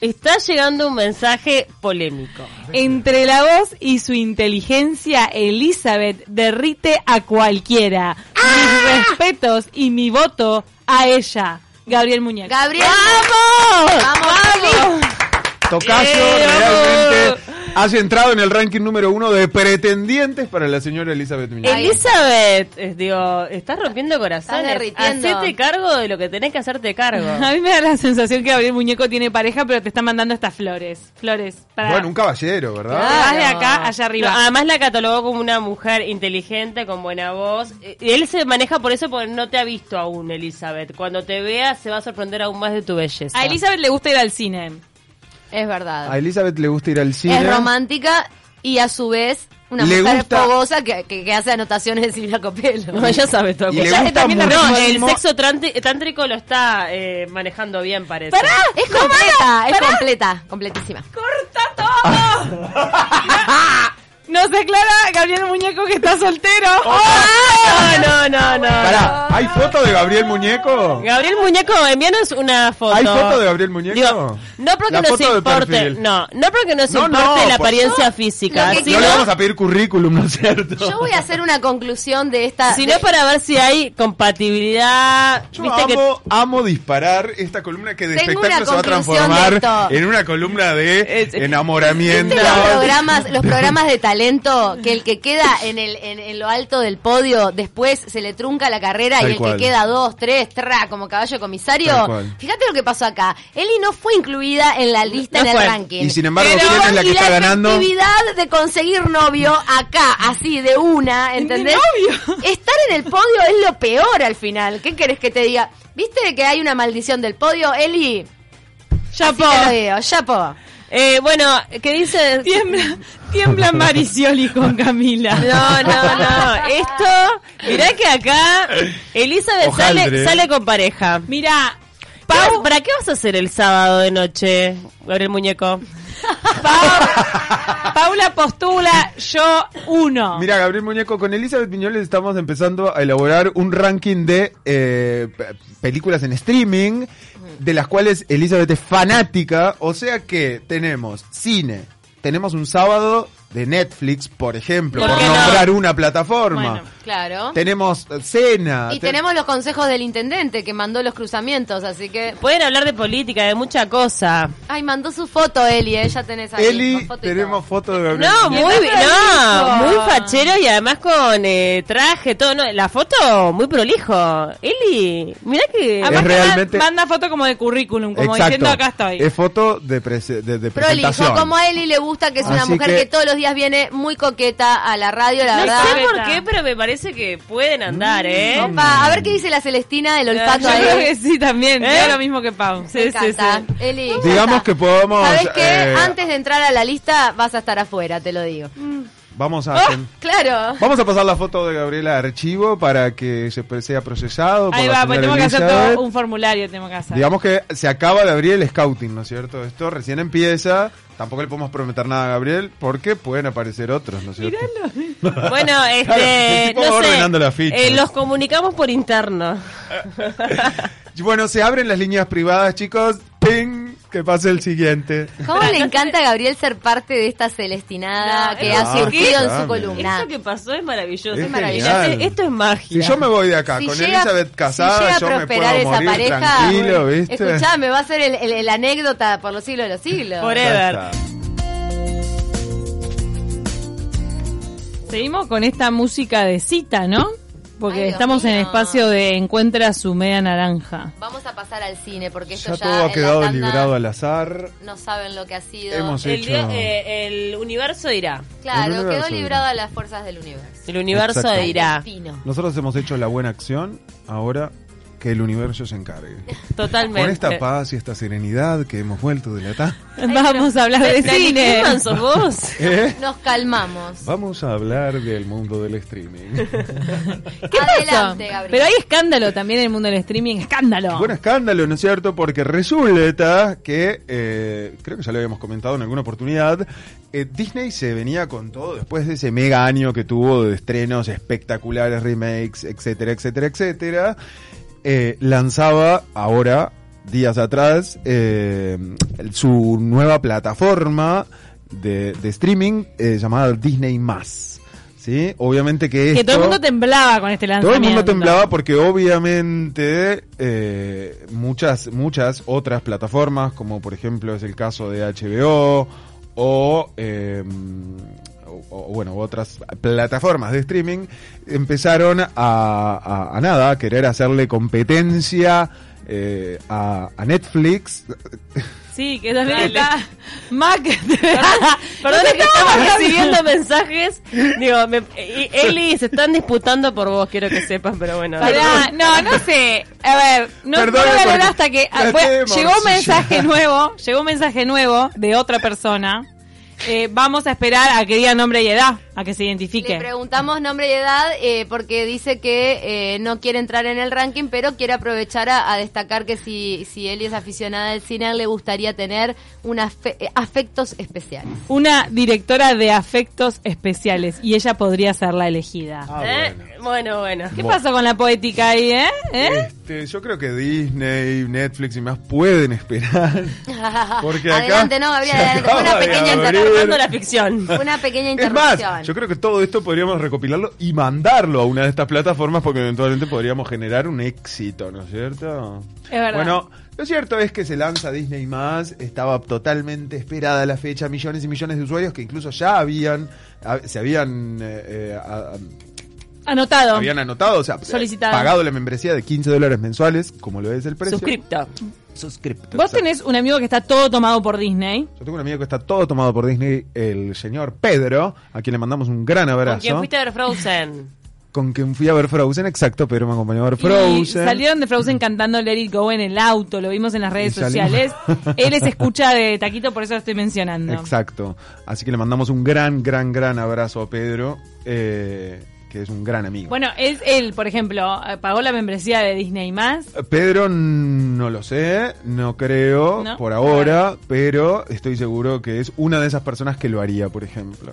Speaker 1: está llegando un mensaje polémico.
Speaker 4: Entre la voz y su inteligencia, Elizabeth derrite a cualquiera. Mis respetos y mi voto a ella. Gabriel Muñeca.
Speaker 3: Gabriel,
Speaker 1: ¡Vamos!
Speaker 3: vamos, vamos.
Speaker 2: Tocayo
Speaker 4: Eh,
Speaker 2: realmente
Speaker 3: oh.
Speaker 2: has entrado en el ranking número uno de pretendientes para la señora Elizabeth Miñoz.
Speaker 3: Ahí
Speaker 1: Elizabeth, es, digo, estás rompiendo corazones.
Speaker 3: derritiendo.
Speaker 1: Hacete cargo de lo que tenés que hacerte cargo.
Speaker 4: A mí me da la sensación que Gabriel Muñeco tiene pareja, pero te está mandando estas flores. Flores. Para...
Speaker 2: Bueno, un Ah. caballero,
Speaker 4: Te
Speaker 2: ¿verdad?
Speaker 4: vas de acá allá arriba.
Speaker 1: No, además la catalogó como una mujer inteligente, con buena voz. Eh, Él se maneja por eso porque no te ha visto aún, Elizabeth. Cuando te vea se va a sorprender aún más de tu belleza.
Speaker 4: a Elizabeth le gusta ir al cine.
Speaker 3: Es verdad.
Speaker 2: A Elizabeth le gusta ir al cine.
Speaker 3: es romántica y a su vez una
Speaker 2: ¿eh? Le
Speaker 3: mujer
Speaker 2: gusta-
Speaker 3: fogosa que, que, que hace anotaciones de Silvia Copelo.
Speaker 1: No, ella sabe todo.
Speaker 2: Y le
Speaker 1: Ella-
Speaker 2: gusta
Speaker 1: también la- no, el
Speaker 2: muchísimo-
Speaker 1: sexo tránti- tántrico lo está eh, manejando bien, parece.
Speaker 3: Es completa, es completa, completísima.
Speaker 4: ¡Corta todo! Nos declara Gabriel Muñeco que está soltero.
Speaker 1: No, no, no, no.
Speaker 2: Pará, ¿hay foto de Gabriel Muñeco?
Speaker 1: Gabriel Muñeco, envíanos una foto.
Speaker 2: ¿Hay foto de Gabriel Muñeco?
Speaker 1: Digo, no porque
Speaker 2: La
Speaker 1: nos
Speaker 2: foto de
Speaker 1: importe,
Speaker 2: perfil.
Speaker 1: no, no porque nos
Speaker 2: No, no,
Speaker 1: importe la
Speaker 2: por-
Speaker 1: apariencia física,
Speaker 3: Lo que
Speaker 2: No
Speaker 1: sino,
Speaker 2: le vamos a pedir currículum, ¿no es cierto?
Speaker 3: Yo voy a hacer una conclusión de esta.
Speaker 1: sino
Speaker 3: de-
Speaker 1: para ver si hay compatibilidad.
Speaker 2: Yo
Speaker 1: Viste que
Speaker 2: amo, amo disparar esta columna que de
Speaker 3: Tengo
Speaker 2: espectáculo
Speaker 3: una
Speaker 2: se va a
Speaker 3: conclusión de
Speaker 2: transformar
Speaker 3: esto.
Speaker 2: en una columna de
Speaker 1: Es-
Speaker 2: enamoramiento.
Speaker 3: ¿Viste los programas, los programas de talento, que el que queda en, el, en, en lo alto del podio, después se le trunca la carrera
Speaker 2: Tal
Speaker 3: y el
Speaker 2: cual.
Speaker 3: que queda dos, tres, tra, como caballo
Speaker 2: Tal
Speaker 3: comisario.
Speaker 2: cual.
Speaker 3: Fíjate lo que pasó acá. Eli no fue incluida en la lista
Speaker 1: No
Speaker 3: en el
Speaker 1: fue.
Speaker 3: ranking.
Speaker 2: Y sin embargo,
Speaker 3: Pero-
Speaker 2: ¿quién es la que
Speaker 3: y
Speaker 2: está ganando?
Speaker 3: efectividad de conseguir novio acá, así de una, ¿entendés? Estar en el podio es lo peor al final. ¿Qué querés que te diga? ¿Viste que hay una maldición del podio, Eli? Así
Speaker 4: Chapo.
Speaker 3: te lo digo, chapo.
Speaker 1: eh, bueno, ¿qué dices?
Speaker 4: Tiembla, tiembla Maricioli con Camila.
Speaker 1: No, no, no. Esto, mirá que acá Elizabeth sale,
Speaker 2: Hojaldre.
Speaker 1: sale con pareja.
Speaker 4: Mira,
Speaker 1: Pau, ¿para qué vas a hacer el sábado de noche, Gabriel Muñeco?
Speaker 4: Paula postula yo uno.
Speaker 2: Mira, Gabriel Muñeco, con Elizabeth Piñoles estamos empezando a elaborar un ranking de eh, pe- películas en streaming, de las cuales Elizabeth es fanática. O sea que tenemos cine, tenemos un sábado de Netflix, por ejemplo,
Speaker 4: ¿Por
Speaker 2: por
Speaker 4: qué no?
Speaker 2: nombrar una plataforma.
Speaker 4: Bueno.
Speaker 3: Claro.
Speaker 2: Tenemos eh, cena.
Speaker 3: Y
Speaker 2: te-
Speaker 3: tenemos los consejos del intendente que mandó los cruzamientos, así que...
Speaker 1: Pueden hablar de política, de mucha cosa.
Speaker 3: Ay, mandó su foto, Eli, ella tenés ahí.
Speaker 2: Eli,
Speaker 3: con foto y
Speaker 2: tenemos
Speaker 3: todo.
Speaker 2: fotos de Gabriel
Speaker 1: No,
Speaker 2: Unión.
Speaker 1: muy, no,
Speaker 4: prolijo.
Speaker 1: muy fachero y además con eh, traje, todo. No, la foto, muy prolijo. Eli, mirá que.
Speaker 4: Eh,
Speaker 2: Ah,
Speaker 4: Además que
Speaker 2: realmente-
Speaker 4: manda, manda foto como de currículum, como
Speaker 2: Exacto.
Speaker 4: diciendo acá estoy.
Speaker 2: Es foto de, prese- de, de presentación.
Speaker 3: Prolijo, como a Eli le gusta, que es una
Speaker 2: Así
Speaker 3: mujer que...
Speaker 2: que-
Speaker 3: todos los días viene muy coqueta a la radio, la
Speaker 1: no
Speaker 3: verdad.
Speaker 1: sé por qué, pero me parece que pueden andar,
Speaker 2: Mm.
Speaker 1: ¿eh?
Speaker 3: Opa, a ver qué dice la Celestina del olfato
Speaker 4: Yo
Speaker 3: ahí.
Speaker 4: creo que sí también,
Speaker 1: ¿Eh?
Speaker 4: creo lo mismo que Pau.
Speaker 3: Me
Speaker 4: Sí, sí,
Speaker 3: encanta.
Speaker 4: sí.
Speaker 3: Eli, me
Speaker 2: Digamos
Speaker 3: encanta.
Speaker 2: que podemos.
Speaker 3: Sabes que
Speaker 2: eh,
Speaker 3: antes de entrar a la lista vas a estar afuera, te lo digo.
Speaker 2: Vamos a.
Speaker 4: Ah.
Speaker 2: hacer-
Speaker 3: Claro.
Speaker 2: Vamos a pasar la foto de Gabriela a archivo para que se pre- sea procesado. por
Speaker 4: Ahí
Speaker 2: la
Speaker 4: va, pues
Speaker 2: señora
Speaker 4: tenemos que hacer
Speaker 2: Elizabeth.
Speaker 4: todo un formulario, tenemos que hacer.
Speaker 2: Digamos que se acaba de abrir el scouting, ¿no es cierto? Esto recién empieza. Tampoco le podemos prometer nada a Gabriel porque pueden aparecer otros, ¿no es cierto?
Speaker 1: Bueno,
Speaker 2: Claro,
Speaker 1: este,
Speaker 2: el tipo
Speaker 1: no
Speaker 2: va
Speaker 1: sé,
Speaker 2: ordenando las fichas.
Speaker 1: eh, los comunicamos por interno.
Speaker 2: Y Bueno, se abren las líneas privadas, chicos. ¡Ping! Que pase el siguiente.
Speaker 3: ¿Cómo le encanta a Gabriel ser parte de esta celestinada
Speaker 1: No,
Speaker 3: que
Speaker 1: no,
Speaker 3: ha surgido en
Speaker 2: dame.
Speaker 3: su columna?
Speaker 1: Eso que pasó es maravilloso.
Speaker 2: Es
Speaker 1: Es maravilloso.
Speaker 2: genial.
Speaker 1: Esto es
Speaker 2: Si
Speaker 1: magia.
Speaker 2: yo me voy de acá
Speaker 3: Si
Speaker 2: Ah, con
Speaker 3: llega-
Speaker 2: Elizabeth
Speaker 3: si
Speaker 2: casada,
Speaker 3: llega
Speaker 2: yo
Speaker 3: a
Speaker 2: me puedo
Speaker 3: prosperar esa
Speaker 2: morir
Speaker 3: pareja, eh,
Speaker 2: tranquilo, ¿viste?
Speaker 3: Escuchame, va a ser el, el- el anécdota por los siglos de los siglos.
Speaker 4: e-
Speaker 1: Por
Speaker 2: Ya
Speaker 1: Ever.
Speaker 2: está.
Speaker 4: Seguimos con esta música de cita, ¿no? Porque
Speaker 3: Ay, Dios
Speaker 4: estamos en el
Speaker 3: mío.
Speaker 4: espacio de Encuentra su media naranja.
Speaker 3: Vamos a pasar al cine porque
Speaker 2: Ya
Speaker 3: esto ya,
Speaker 2: todo
Speaker 3: en
Speaker 2: ha
Speaker 3: la
Speaker 2: quedado
Speaker 3: tanda
Speaker 2: librado al azar.
Speaker 3: No saben lo que ha sido.
Speaker 2: Hemos
Speaker 1: El,
Speaker 2: hecho.
Speaker 1: día- eh, el universo dirá.
Speaker 2: El
Speaker 3: Claro,
Speaker 2: universo
Speaker 3: quedó
Speaker 2: dirá.
Speaker 3: librado a las fuerzas del universo.
Speaker 1: El universo
Speaker 2: Exacto.
Speaker 1: dirá.
Speaker 3: Fino.
Speaker 2: Nosotros hemos hecho la buena acción, ahora que el universo se encargue.
Speaker 1: Totalmente.
Speaker 2: Con esta paz y esta serenidad que hemos vuelto de la ta-
Speaker 4: Vamos a hablar de
Speaker 1: Dani,
Speaker 4: cine.
Speaker 1: ¿qué fan sos vos?
Speaker 2: ¿Eh?
Speaker 3: Nos calmamos.
Speaker 2: Vamos a hablar del mundo del streaming.
Speaker 3: Adelante, Gabriel.
Speaker 4: Pero hay escándalo también en el mundo del streaming, escándalo.
Speaker 2: Buen escándalo, ¿no es cierto? Porque resulta que, eh, creo que ya lo habíamos comentado en alguna oportunidad, eh, Disney se venía con todo después de ese mega año que tuvo de estrenos espectaculares, remakes, etcétera, etcétera, etcétera. Eh, lanzaba ahora, días atrás, eh, su nueva plataforma de, de streaming eh, llamada Disney Más. ¿Sí? Obviamente que
Speaker 4: que todo
Speaker 2: esto-
Speaker 4: el mundo temblaba con este
Speaker 2: todo
Speaker 4: lanzamiento.
Speaker 2: el mundo temblaba porque obviamente eh, muchas, muchas otras plataformas, como por ejemplo es el caso de HBO o, eh, o- o, bueno, otras plataformas de streaming, empezaron a, a- a nada, a querer hacerle competencia eh, a, a Netflix.
Speaker 4: Sí, que también
Speaker 1: Dale.
Speaker 4: está Mac.
Speaker 1: Perdón,
Speaker 4: Nos
Speaker 1: es que estamos
Speaker 4: hablando.
Speaker 1: recibiendo mensajes. Digo, me- y Eli, se están disputando por vos, quiero que sepan, pero bueno. Ah,
Speaker 4: Pará, no, no sé. A ver, no, no
Speaker 2: Perdón,
Speaker 4: lo voy a hablar
Speaker 2: porque
Speaker 4: hasta que
Speaker 2: la
Speaker 4: fue-
Speaker 2: tenemos.
Speaker 4: llegó un mensaje nuevo, llegó un mensaje nuevo de otra persona. Eh, vamos a esperar a que diga nombre y edad, a que se
Speaker 3: Le
Speaker 4: identifique.
Speaker 3: preguntamos nombre y edad eh, porque dice que eh, no quiere entrar en el ranking, pero quiere aprovechar a, a destacar que si, si Eli es aficionada al cine, le gustaría tener unas afectos especiales.
Speaker 4: Una directora de afectos especiales y ella podría ser la elegida.
Speaker 2: Ah,
Speaker 3: Ah,
Speaker 1: Eh, bueno, bueno.
Speaker 4: ¿Qué pasó con la poética ahí, eh? ¿Eh?
Speaker 2: Este, yo creo que Disney, Netflix y más pueden esperar. Porque acá
Speaker 3: Adelante, no, Gabriel,
Speaker 2: se
Speaker 3: adelante.
Speaker 2: acaba
Speaker 3: Una
Speaker 2: de
Speaker 3: pequeña
Speaker 2: abrir.
Speaker 1: Está armando la ficción.
Speaker 3: Una pequeña
Speaker 2: Es más,
Speaker 3: interrupción.
Speaker 2: yo creo que todo esto podríamos recopilarlo y mandarlo a una de estas plataformas porque eventualmente podríamos generar un éxito, ¿no es cierto?
Speaker 4: Es verdad.
Speaker 2: Bueno, lo cierto es que se lanza Disney más, estaba totalmente esperada la fecha, millones y millones de usuarios que incluso ya habían, a- se habían eh, eh, a-
Speaker 4: Anotado.
Speaker 2: habían anotado, o sea,
Speaker 4: Solicitado.
Speaker 2: pagado la membresía de 15 dólares mensuales, como lo es el precio.
Speaker 1: Suscripto.
Speaker 2: Suscripto.
Speaker 4: Vos
Speaker 2: exacto.
Speaker 4: tenés un amigo que está todo tomado por Disney.
Speaker 2: Yo tengo un amigo que está todo tomado por Disney, el señor Pedro, a quien le mandamos un gran abrazo.
Speaker 1: ¿Con quién fuiste a ver Frozen?
Speaker 2: con quien fui a ver Frozen, exacto, pero me acompañó a ver
Speaker 4: Y
Speaker 2: Frozen.
Speaker 4: salieron de Frozen cantando Let It Go en el auto, lo vimos en las redes
Speaker 2: Y salimos.
Speaker 4: sociales. Él es escucha de Taquito, por eso lo estoy mencionando.
Speaker 2: Exacto. Así que le mandamos un gran, gran, gran abrazo a Pedro, eh, que es un gran amigo.
Speaker 4: Bueno, es él, por ejemplo, eh, pagó la membresía de Disney más.
Speaker 2: Pedro mm, no lo sé, no creo
Speaker 4: No.
Speaker 2: por ahora, pero estoy seguro que es una de esas personas que lo haría, por ejemplo.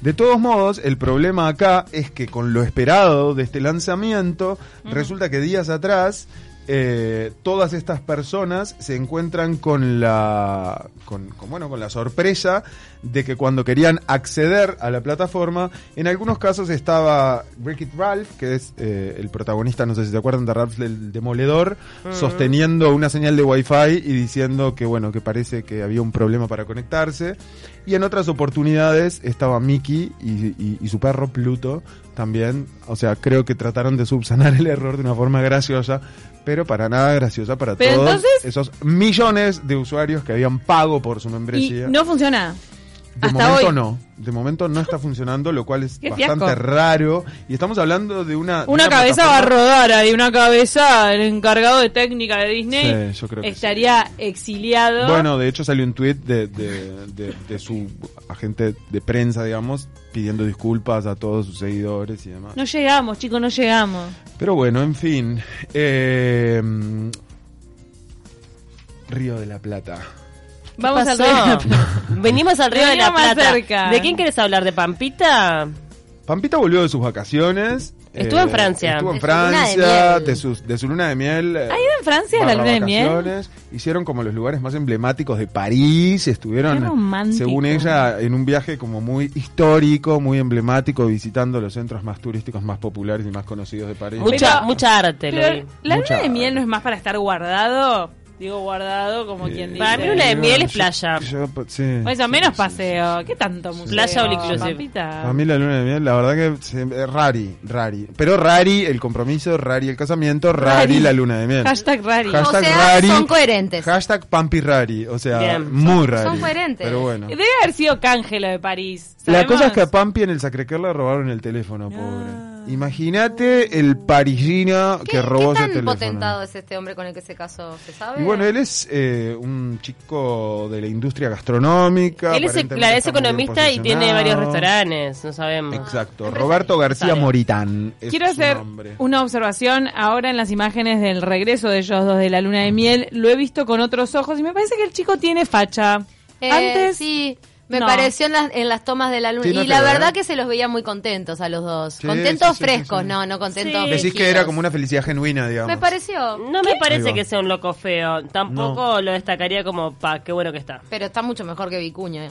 Speaker 2: De todos modos, el problema acá es que con lo esperado de este lanzamiento, resulta que días atrás eh, todas estas personas se encuentran con la con, con, bueno con la sorpresa de que cuando querían acceder a la plataforma en algunos casos estaba Ricky Ralph que es eh, el protagonista no sé si se acuerdan de Ralph el demoledor sosteniendo una señal de wifi y diciendo que bueno que parece que había un problema para conectarse y en otras oportunidades estaba Mickey y, y- y su perro Pluto también o sea creo que trataron de subsanar el error de una forma graciosa pero para nada graciosa para
Speaker 4: Pero
Speaker 2: todos
Speaker 4: entonces-
Speaker 2: esos millones de usuarios que habían pago por su
Speaker 4: Y
Speaker 2: membresía.
Speaker 4: no funciona.
Speaker 2: de
Speaker 4: hasta
Speaker 2: momento
Speaker 4: hoy.
Speaker 2: no, de momento no está funcionando, lo cual es
Speaker 4: Qué
Speaker 2: bastante
Speaker 4: fiasco.
Speaker 2: raro. Y estamos hablando de una... de
Speaker 4: Una cabeza va a
Speaker 2: plataforma-
Speaker 4: rodar ahí, una cabeza, el encargado de técnica de Disney
Speaker 2: Sí, yo creo que sí.
Speaker 4: estaría exiliado.
Speaker 2: Bueno, de hecho salió un tweet de, de- de- de su agente de prensa, digamos, pidiendo disculpas a todos sus seguidores y demás.
Speaker 4: No llegamos, chicos, no llegamos.
Speaker 2: Pero bueno, en fin. eh, mm, Río de la Plata.
Speaker 4: Vamos al
Speaker 1: pasó?
Speaker 4: rey.
Speaker 1: Venimos al Río de la
Speaker 4: Venimos más
Speaker 1: Plata.
Speaker 4: cerca.
Speaker 1: ¿De quién quieres hablar? ¿De Pampita?
Speaker 2: Pampita volvió de sus vacaciones. Eh,
Speaker 1: Estuvo en Francia.
Speaker 2: Estuvo en
Speaker 3: De su luna de
Speaker 2: Francia,
Speaker 3: miel.
Speaker 2: de, sus- de su luna de miel. eh,
Speaker 4: ¿Ha ido en Francia a la
Speaker 2: barra
Speaker 4: luna de miel?
Speaker 2: vacaciones. Hicieron como los lugares más emblemáticos de París.
Speaker 4: Qué
Speaker 2: Estuvieron,
Speaker 4: romántico.
Speaker 2: según ella, en un viaje como muy histórico, muy emblemático, visitando los centros más turísticos, más populares y más conocidos de París.
Speaker 1: Mucha,
Speaker 4: Pero-
Speaker 1: mucha arte, lo vi.
Speaker 4: Pero la
Speaker 2: Mucha-
Speaker 4: luna de miel no es más para estar guardado. Digo guardado como
Speaker 2: Eh,
Speaker 4: quien dice.
Speaker 1: Para mí luna de
Speaker 2: yo-
Speaker 1: miel es
Speaker 2: yo-
Speaker 1: playa.
Speaker 2: yo- sí,
Speaker 4: O eso,
Speaker 2: sí,
Speaker 4: menos
Speaker 2: sí,
Speaker 4: paseo. ¿Qué tanto museo?
Speaker 1: Playa all inclusive.
Speaker 4: papita?
Speaker 2: Para mí la luna de miel, la verdad que se- eh, rari, rari. Pero rari el compromiso, rari el casamiento, rari,
Speaker 4: Rari.
Speaker 2: la luna de miel.
Speaker 4: Hashtag rari.
Speaker 2: Hashtag
Speaker 3: O sea,
Speaker 2: rari,
Speaker 3: son coherentes.
Speaker 2: Hashtag Pampi Rari, o sea,
Speaker 1: Bien.
Speaker 2: muy rari.
Speaker 3: son coherentes.
Speaker 2: Pero bueno.
Speaker 4: Debe haber sido canje lo de París.
Speaker 2: La cosa es que a
Speaker 4: ¿sabemos?
Speaker 2: Pampi en el Sacré-Cœur le robaron el teléfono, pobre. Imagínate el parisino
Speaker 3: Ah. ¿Qué,
Speaker 2: que robó
Speaker 3: qué
Speaker 2: ese
Speaker 3: tan
Speaker 2: teléfono.
Speaker 3: potentado es este hombre con el que se casó? ¿Se sabe?
Speaker 2: Y bueno, él es eh, un chico de la industria gastronómica.
Speaker 1: Él es,
Speaker 2: aparentemente
Speaker 1: claro, es
Speaker 2: está muy bien
Speaker 1: economista y tiene
Speaker 2: posicionado.
Speaker 1: varios restaurantes, no sabemos.
Speaker 2: Exacto.
Speaker 3: Empresario.
Speaker 2: Roberto García Moritán. es
Speaker 4: Quiero
Speaker 2: su
Speaker 4: hacer
Speaker 2: nombre.
Speaker 4: una observación ahora en las imágenes del regreso de ellos dos de la luna de miel. Lo he visto con otros ojos y me parece que el chico tiene facha.
Speaker 3: Eh,
Speaker 4: Antes
Speaker 3: sí, me
Speaker 4: no.
Speaker 3: pareció en las, en las tomas de la luna.
Speaker 2: Sí, no
Speaker 3: y
Speaker 2: te
Speaker 3: la
Speaker 2: veo,
Speaker 3: verdad
Speaker 2: ¿eh?
Speaker 3: que se los veía muy contentos a los dos.
Speaker 2: Sí,
Speaker 3: contentos
Speaker 2: sí, sí,
Speaker 3: frescos,
Speaker 2: sí, sí.
Speaker 3: no, no contentos
Speaker 1: Sí.
Speaker 2: Decís que era como una felicidad genuina, digamos.
Speaker 3: Me pareció,
Speaker 1: No me
Speaker 2: Ahí
Speaker 1: parece
Speaker 2: va.
Speaker 1: que sea un loco feo. Tampoco lo destacaría como, pa, qué bueno que está.
Speaker 3: pero está mucho mejor que Vicuña. eh.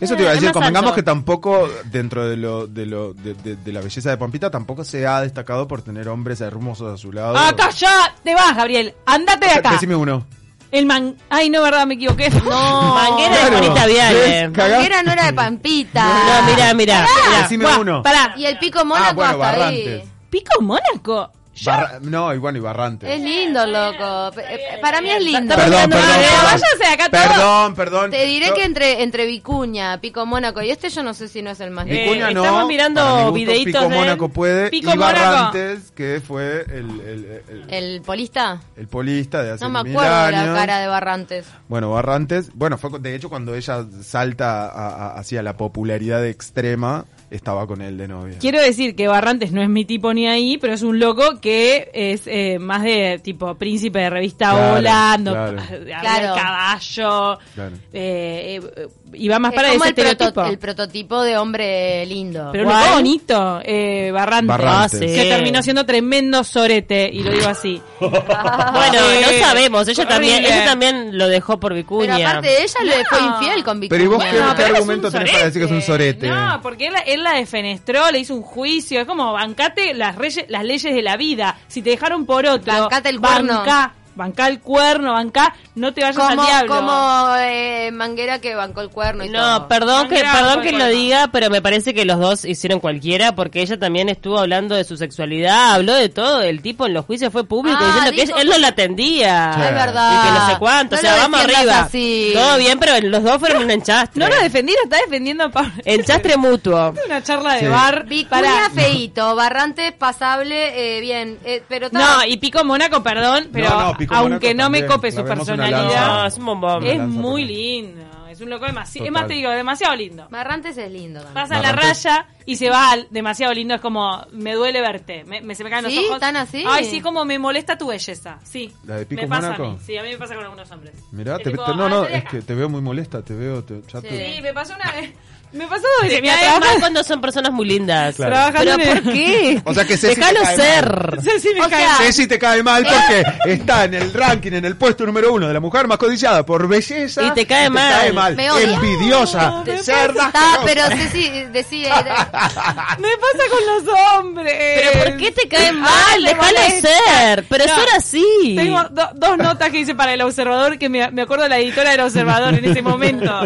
Speaker 2: Eso te iba
Speaker 1: Eh,
Speaker 2: a decir,
Speaker 1: es más
Speaker 2: convengamos
Speaker 1: alto.
Speaker 2: que tampoco dentro de lo, de lo, de, de- de la belleza de Pampita, tampoco se ha destacado por tener hombres hermosos a su lado.
Speaker 4: Acá ya te vas, Gabriel. Andate Ah, de acá.
Speaker 2: Decime uno.
Speaker 4: El man. Ay, no, verdad, me equivoqué.
Speaker 3: No.
Speaker 1: Manguera
Speaker 2: Claro.
Speaker 1: de Juanita Viale.
Speaker 2: ¿Ves? Ah. Cagá.
Speaker 3: Manguera no era de Pampita.
Speaker 1: No, mira, mira.
Speaker 2: Decime uno.
Speaker 4: Pará.
Speaker 3: Y el pico Mónaco
Speaker 2: Ah, bueno,
Speaker 3: hasta
Speaker 2: Barrantes.
Speaker 3: ahí.
Speaker 4: Pico Mónaco. Yo-
Speaker 2: Barra- no, y bueno, y Barrantes.
Speaker 3: Es lindo, loco. Pe- eh, Para mí es
Speaker 1: Está-
Speaker 3: lindo.
Speaker 2: Este. Perdón,
Speaker 1: Estamos
Speaker 2: perdón,
Speaker 4: hablando-
Speaker 2: perdón.
Speaker 4: Váyanse de acá
Speaker 2: Perdón, perdón.
Speaker 3: Te diré
Speaker 2: Yo-
Speaker 3: que entre, entre Vicuña, Pico Mónaco y este yo no sé si no es el más
Speaker 1: Eh,
Speaker 3: lindo.
Speaker 2: Vicuña no.
Speaker 1: estamos mirando
Speaker 2: para mi gusto,
Speaker 1: videitos
Speaker 2: Pico
Speaker 1: de él.
Speaker 2: Mónaco puede.
Speaker 4: Pico
Speaker 2: y
Speaker 4: Mónaco.
Speaker 2: Barrantes, que fue el, el, el- el-
Speaker 3: ¿El polista?
Speaker 2: el polista de hace
Speaker 3: Eh. No me
Speaker 2: mil
Speaker 3: acuerdo de la
Speaker 2: años.
Speaker 3: cara de Barrantes.
Speaker 2: Bueno, Barrantes, bueno, fue de hecho cuando ella salta a- a- hacia la popularidad extrema, estaba con él de novia.
Speaker 4: Quiero decir que Barrantes no es mi tipo ni ahí, pero es un loco que es eh, más de tipo príncipe de revista
Speaker 2: Claro,
Speaker 4: volando,
Speaker 2: claro.
Speaker 3: Claro.
Speaker 4: caballo,
Speaker 2: Claro.
Speaker 4: eh, eh, y va más
Speaker 3: Es
Speaker 4: para
Speaker 3: como
Speaker 4: ese
Speaker 3: el, proto-
Speaker 4: estereotipo.
Speaker 3: el prototipo de hombre lindo.
Speaker 4: Pero un
Speaker 1: ¿Cuál?
Speaker 4: loco bonito, eh, Barrantes,
Speaker 2: Barrantes.
Speaker 1: Ah, sí.
Speaker 4: que terminó siendo tremendo sorete, y lo digo así.
Speaker 1: Bueno,
Speaker 4: Eh,
Speaker 1: no sabemos. Ella también,
Speaker 4: horrible.
Speaker 1: ella también lo dejó por
Speaker 3: Pero
Speaker 1: Vicuña.
Speaker 3: aparte de ella le fue infiel con Vicuña.
Speaker 2: Pero ¿y vos qué,
Speaker 4: No,
Speaker 2: qué
Speaker 4: pero él es
Speaker 2: argumento
Speaker 4: un
Speaker 2: tenés para decir que es un sorete?
Speaker 4: Eh, No, porque él, la- él la defenestró, le hizo un juicio. Es como bancate las, reyes- las leyes de la vida. Si te dejaron por otro,
Speaker 3: Bancate el cuerno.
Speaker 4: Bancá, bancá el cuerno, bancá, no te vayas
Speaker 3: Como,
Speaker 4: al diablo.
Speaker 3: como eh, Manguera que bancó el cuerno y
Speaker 1: No,
Speaker 3: todo.
Speaker 1: perdón que,
Speaker 4: Manguera,
Speaker 1: perdón que
Speaker 4: bueno.
Speaker 1: lo diga, pero me parece que los dos hicieron cualquiera porque ella también estuvo hablando de su sexualidad, habló de todo. El tipo en los juicios fue público
Speaker 3: Ah,
Speaker 1: diciendo
Speaker 3: dijo-
Speaker 1: que él no la atendía.
Speaker 2: Sí.
Speaker 3: Es verdad.
Speaker 1: Y que no sé cuánto,
Speaker 3: No
Speaker 1: o sea,
Speaker 3: lo
Speaker 1: vamos
Speaker 3: defiendas
Speaker 1: arriba.
Speaker 3: así.
Speaker 1: Todo bien, pero los dos fueron un enchastre.
Speaker 4: No lo defendí, lo está defendiendo a Pablo.
Speaker 1: Enchastre mutuo.
Speaker 4: Es una charla de
Speaker 2: Sí.
Speaker 4: bar.
Speaker 3: Vicuña
Speaker 4: Pará.
Speaker 3: feito, Barrantes pasable, eh, bien. eh, pero ta-
Speaker 4: No, y Pico Mónaco, perdón, pero
Speaker 2: No, no, Pico
Speaker 4: aunque
Speaker 2: Mónaco
Speaker 4: no me
Speaker 2: también.
Speaker 4: cope
Speaker 2: La
Speaker 4: su
Speaker 2: vemos una
Speaker 1: No,
Speaker 4: personalidad,
Speaker 2: lanza.
Speaker 1: es un bombón.
Speaker 4: es
Speaker 2: Una lanza
Speaker 4: muy
Speaker 2: por él.
Speaker 4: lindo. Es un loco demasiado, es
Speaker 2: Total.
Speaker 4: más, te digo, demasiado lindo.
Speaker 3: Barrantes es lindo. también.
Speaker 4: Pasa la
Speaker 2: Barrantes.
Speaker 4: raya y se va al demasiado lindo. Es como, me duele verte. Me, me- se me caen
Speaker 3: ¿Sí?
Speaker 4: los ojos.
Speaker 3: ¿Tan así?
Speaker 4: Ay, sí, como me molesta tu belleza. Sí.
Speaker 2: ¿La de Pico
Speaker 4: me pasa
Speaker 2: Mónaco?
Speaker 4: a mí. Sí, a mí me pasa con algunos hombres.
Speaker 2: Mirá,
Speaker 4: Que
Speaker 2: te-
Speaker 4: tipo,
Speaker 2: te- no,
Speaker 4: "Ah,
Speaker 2: no,
Speaker 4: salí
Speaker 2: es
Speaker 4: acá".
Speaker 2: que te veo muy molesta, te veo, te- ya te-
Speaker 4: Sí, me pasó una vez. Me pasó de
Speaker 1: Me caen mal cuando son personas muy lindas.
Speaker 2: Claro.
Speaker 1: ¿Pero
Speaker 4: en el-
Speaker 1: por qué?
Speaker 2: O sea que Ceci
Speaker 1: Déjalo
Speaker 2: te cae
Speaker 1: ser.
Speaker 4: Sí, sí, me
Speaker 3: O
Speaker 4: cae
Speaker 3: sea,
Speaker 4: mal.
Speaker 2: Ceci te cae
Speaker 4: ¿eh?
Speaker 2: mal porque está en el ranking, en el puesto número uno de la mujer más codiciada por belleza.
Speaker 1: Y te cae mal.
Speaker 3: Me odia.
Speaker 2: Envidiosa.
Speaker 4: me
Speaker 2: cerda.
Speaker 3: Está, pero Ceci, decide.
Speaker 4: Me pasa con los hombres.
Speaker 1: ¿Pero por qué te caen
Speaker 4: Ah,
Speaker 1: mal?
Speaker 4: me
Speaker 1: Déjalo
Speaker 4: molesta.
Speaker 1: ser. Pero
Speaker 4: No.
Speaker 1: eso era así.
Speaker 4: Tengo do- dos notas que hice para El Observador, que me, me acuerdo de la editora del Observador en ese momento.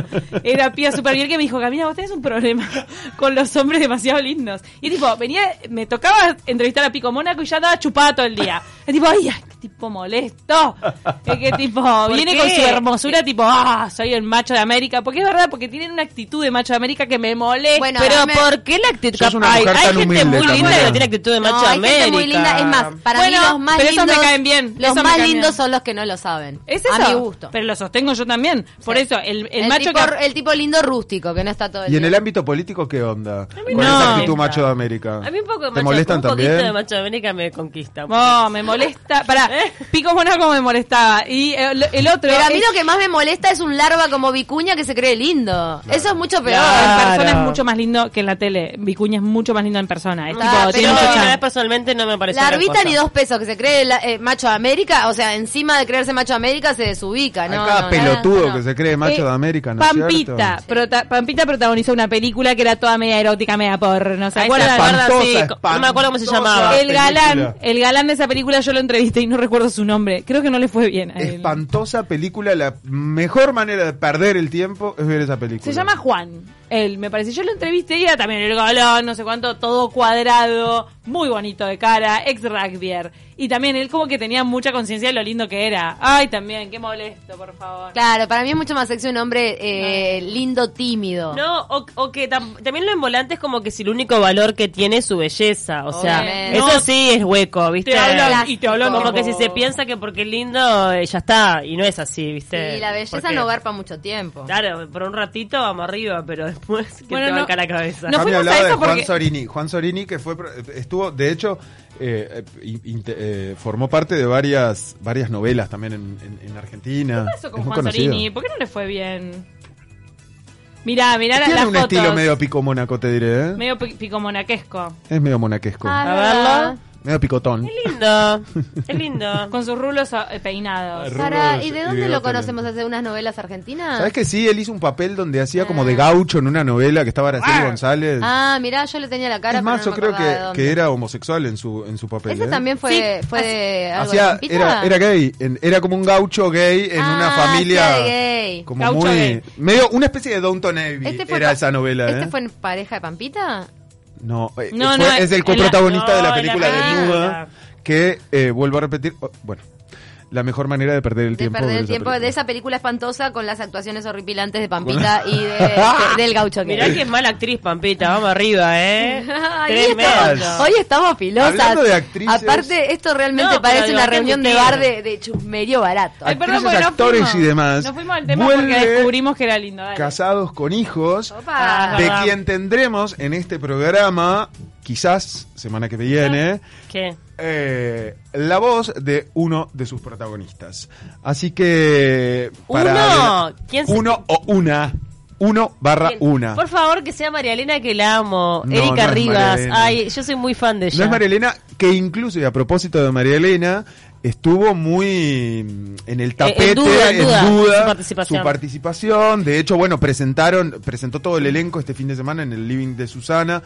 Speaker 4: Era Pía Superviel que me dijo, Camila, vos tenés un problema con los hombres demasiado lindos. Y tipo, venía, me tocaba entrevistar a Pico Mónaco y ya daba chupada todo el día. Es tipo, ay, ay, qué tipo molesto. Es que tipo, viene
Speaker 1: qué?
Speaker 4: con su hermosura, tipo, ah, soy el macho de América. Porque es verdad, porque tienen una actitud de macho de América que me molesta.
Speaker 3: Bueno,
Speaker 1: pero
Speaker 3: dame-
Speaker 1: ¿por qué la actitud?
Speaker 2: Sos una
Speaker 1: Ay,
Speaker 2: mujer
Speaker 1: hay
Speaker 2: tan
Speaker 1: gente
Speaker 2: humilde,
Speaker 1: muy linda
Speaker 2: Camila.
Speaker 1: que tiene actitud de macho
Speaker 3: no, hay
Speaker 1: América.
Speaker 3: gente muy linda. Es más, para
Speaker 4: Bueno,
Speaker 3: mí los más
Speaker 4: pero esos me
Speaker 3: lindos.
Speaker 4: caen bien,
Speaker 3: Los
Speaker 4: esos me
Speaker 3: más
Speaker 4: caen
Speaker 3: lindos
Speaker 4: bien.
Speaker 3: son los que no lo saben.
Speaker 4: ¿Es
Speaker 3: A
Speaker 4: eso?
Speaker 3: mi gusto.
Speaker 4: Pero los sostengo yo también. Por eso, el, el
Speaker 3: el,
Speaker 4: macho
Speaker 3: tipo,
Speaker 4: que...
Speaker 3: el tipo lindo rústico que no está todo el
Speaker 2: ¿Y en
Speaker 3: día.
Speaker 2: el ámbito político qué onda?
Speaker 1: mí no
Speaker 2: Con esa
Speaker 1: me molesta.
Speaker 2: actitud macho de América.
Speaker 1: A mí un poco de
Speaker 2: ¿Te
Speaker 1: macho,
Speaker 2: molestan
Speaker 1: un poquito
Speaker 2: también?
Speaker 1: de macho de América me conquista. un poquito.
Speaker 4: No, Oh, me molesta. Pará, Pico Monaco me molestaba. Y eh, lo- el otro.
Speaker 3: ¿Eh? Pero a mí
Speaker 4: es-
Speaker 3: lo que más me molesta es un larva como Vicuña que se cree lindo. Eso es mucho peor.
Speaker 4: Claro, en persona
Speaker 1: Claro.
Speaker 4: es mucho más lindo que en la tele. Vicuña es mucho más lindo en persona. Es
Speaker 3: Ah,
Speaker 4: tipo,
Speaker 3: pero-
Speaker 1: Pero
Speaker 4: tiene mucho
Speaker 1: a mí
Speaker 4: charm.
Speaker 1: personalmente no me parece
Speaker 3: La
Speaker 1: gran
Speaker 3: arbita
Speaker 1: cosa.
Speaker 3: ni dos pesos, que se cree la- eh, macho de América, o sea, encima de creerse macho de América se desubica,
Speaker 2: Hay
Speaker 3: ¿no?
Speaker 2: cada
Speaker 3: no,
Speaker 2: pelotudo
Speaker 3: no.
Speaker 2: que se cree macho
Speaker 4: Eh,
Speaker 2: de América, ¿no es
Speaker 4: Pampita,
Speaker 2: cierto?
Speaker 4: prota- Pampita protagonizó una película que era toda media erótica, media porno. ¿Se
Speaker 1: Ay,
Speaker 4: acuerdan?
Speaker 1: se acuerda,
Speaker 2: Espantosa,
Speaker 1: sí, co- no me acuerdo cómo se
Speaker 2: espantosa
Speaker 1: llamaba.
Speaker 4: El galán,
Speaker 2: película.
Speaker 4: el galán de esa película yo lo entrevisté y no recuerdo su nombre. Creo que no le fue bien a él.
Speaker 2: Espantosa película, la mejor manera de perder el tiempo es ver esa película.
Speaker 4: Se llama Juan. Él, me parece. Yo lo entrevisté y era también el galón, no sé cuánto, todo cuadrado, muy bonito de cara, ex rugbyer. Y también él como que tenía mucha conciencia de lo lindo que era. Ay, también, qué molesto, por favor.
Speaker 3: Claro, para mí es mucho más sexy un hombre eh, lindo, tímido.
Speaker 1: No, o, o que tam- también lo envolante es como que si el único valor que tiene es su belleza. O sea,
Speaker 3: Obviamente.
Speaker 1: eso sí es hueco, ¿viste?
Speaker 4: Te hablan y te hablan
Speaker 1: como
Speaker 4: tipo-
Speaker 1: que si se piensa que porque es lindo, eh, ya está. Y no es así, ¿viste?
Speaker 3: Y la belleza
Speaker 1: Porque-
Speaker 3: no garpa mucho tiempo.
Speaker 1: Claro, por un ratito vamos arriba, pero después que
Speaker 4: Bueno,
Speaker 1: te
Speaker 4: no-
Speaker 1: banca la cabeza.
Speaker 4: no-
Speaker 2: Cami
Speaker 4: fuimos a
Speaker 2: hablaba de
Speaker 4: eso
Speaker 2: Juan
Speaker 4: porque-
Speaker 2: Sorini. Juan Sorini que fue pro- estuvo, de hecho, eh, eh, in- inte- eh, formó parte de varias varias novelas también en, en- en Argentina.
Speaker 4: ¿Qué pasó con
Speaker 2: Es muy
Speaker 4: Juan
Speaker 2: conocido.
Speaker 4: Sorini? ¿Por qué no le fue bien? Mirá, mirá la-
Speaker 2: Tiene
Speaker 4: las
Speaker 2: un
Speaker 4: fotos.
Speaker 2: estilo medio pico monaco, te diré. ¿eh?
Speaker 4: Medio pi- picomonaquesco.
Speaker 2: Es medio monaquesco.
Speaker 3: Ah,
Speaker 1: A
Speaker 3: ¿verdad?
Speaker 1: verlo.
Speaker 2: Medio picotón.
Speaker 1: Es lindo, es lindo.
Speaker 4: Con sus rulos eh, peinados.
Speaker 2: Arre.
Speaker 3: Sara,
Speaker 2: Rulos
Speaker 3: ¿y de
Speaker 2: y
Speaker 3: dónde lo
Speaker 2: bigotes.
Speaker 3: conocemos? ¿Hace unas novelas argentinas?
Speaker 2: ¿Sabes que sí? Él hizo un papel donde hacía como de gaucho en una novela que estaba Araceli González.
Speaker 3: Ah, mirá, yo le tenía la cara.
Speaker 2: es más,
Speaker 3: pero
Speaker 2: yo
Speaker 3: no me
Speaker 2: creo
Speaker 3: acordaba de
Speaker 2: que,
Speaker 3: dónde.
Speaker 2: que era homosexual en su, en su papel.
Speaker 3: Ese
Speaker 2: ¿eh?
Speaker 3: también fue, fue de algo de
Speaker 2: Hacía,
Speaker 3: Pampita?
Speaker 2: era, era gay, en- era como un gaucho gay en una
Speaker 3: Ah,
Speaker 2: familia
Speaker 3: hacía de gay.
Speaker 2: como
Speaker 4: Gaucho
Speaker 2: muy
Speaker 4: gay.
Speaker 2: medio una especie de Downton Abbey
Speaker 3: Este fue
Speaker 2: era
Speaker 3: pa-
Speaker 2: esa novela,
Speaker 3: ¿Este
Speaker 2: ¿eh?
Speaker 3: fue en pareja de Pampita?
Speaker 2: No, eh,
Speaker 4: No,
Speaker 2: fue-
Speaker 4: no,
Speaker 2: es el
Speaker 4: en
Speaker 2: coprotagonista
Speaker 1: la-
Speaker 2: de la
Speaker 1: no,
Speaker 2: película
Speaker 1: en la
Speaker 2: Desnuda
Speaker 1: película.
Speaker 2: que eh, vuelvo a repetir, oh, bueno, la mejor manera de perder el
Speaker 3: De
Speaker 2: tiempo
Speaker 3: perder
Speaker 2: ver
Speaker 3: el
Speaker 2: esa
Speaker 3: tiempo de
Speaker 2: película.
Speaker 3: esa película espantosa con las actuaciones horripilantes de Pampita y de, de- del gaucho que
Speaker 1: Mirá que es mala actriz, Pampita. Vamos arriba, ¿eh.
Speaker 3: Ay, hoy,
Speaker 1: Tremendo.
Speaker 3: estamos, hoy estamos pilosas.
Speaker 2: Hablando de actrices-
Speaker 3: Aparte, esto realmente
Speaker 1: No, pero
Speaker 3: parece
Speaker 1: digo,
Speaker 3: una
Speaker 1: hay que
Speaker 3: reunión de
Speaker 1: discutir.
Speaker 3: bar de, de chusmerío barato.
Speaker 4: Ay, perdón,
Speaker 2: actrices,
Speaker 4: porque no
Speaker 2: actores
Speaker 4: fuimos.
Speaker 2: y demás.
Speaker 4: No fuimos al tema
Speaker 2: Vuelve
Speaker 4: porque descubrimos que era lindo. dale.
Speaker 2: Casados con hijos.
Speaker 3: Opa.
Speaker 1: Ah,
Speaker 2: de
Speaker 1: verdad.
Speaker 2: quien tendremos en este programa, quizás semana que viene,
Speaker 1: ¿Qué?
Speaker 2: eh, la voz de uno de sus protagonistas. Así que...
Speaker 1: Uno.
Speaker 2: adela-
Speaker 1: ¿Quién se-
Speaker 2: uno o una. Uno barra
Speaker 1: Bien.
Speaker 2: una.
Speaker 1: Por favor, que sea María Elena, que la amo.
Speaker 2: No, no
Speaker 1: Erika
Speaker 2: es María
Speaker 1: Rivas.
Speaker 2: Elena.
Speaker 1: Ay, yo soy muy fan de ella.
Speaker 2: No es María Elena, que incluso, y a propósito de María Elena, estuvo muy mm, en el tapete,
Speaker 1: en duda, en duda,
Speaker 2: duda,
Speaker 1: su participación.
Speaker 2: su participación. De hecho, bueno, presentaron, presentó todo el elenco este fin de semana en el living de Susana.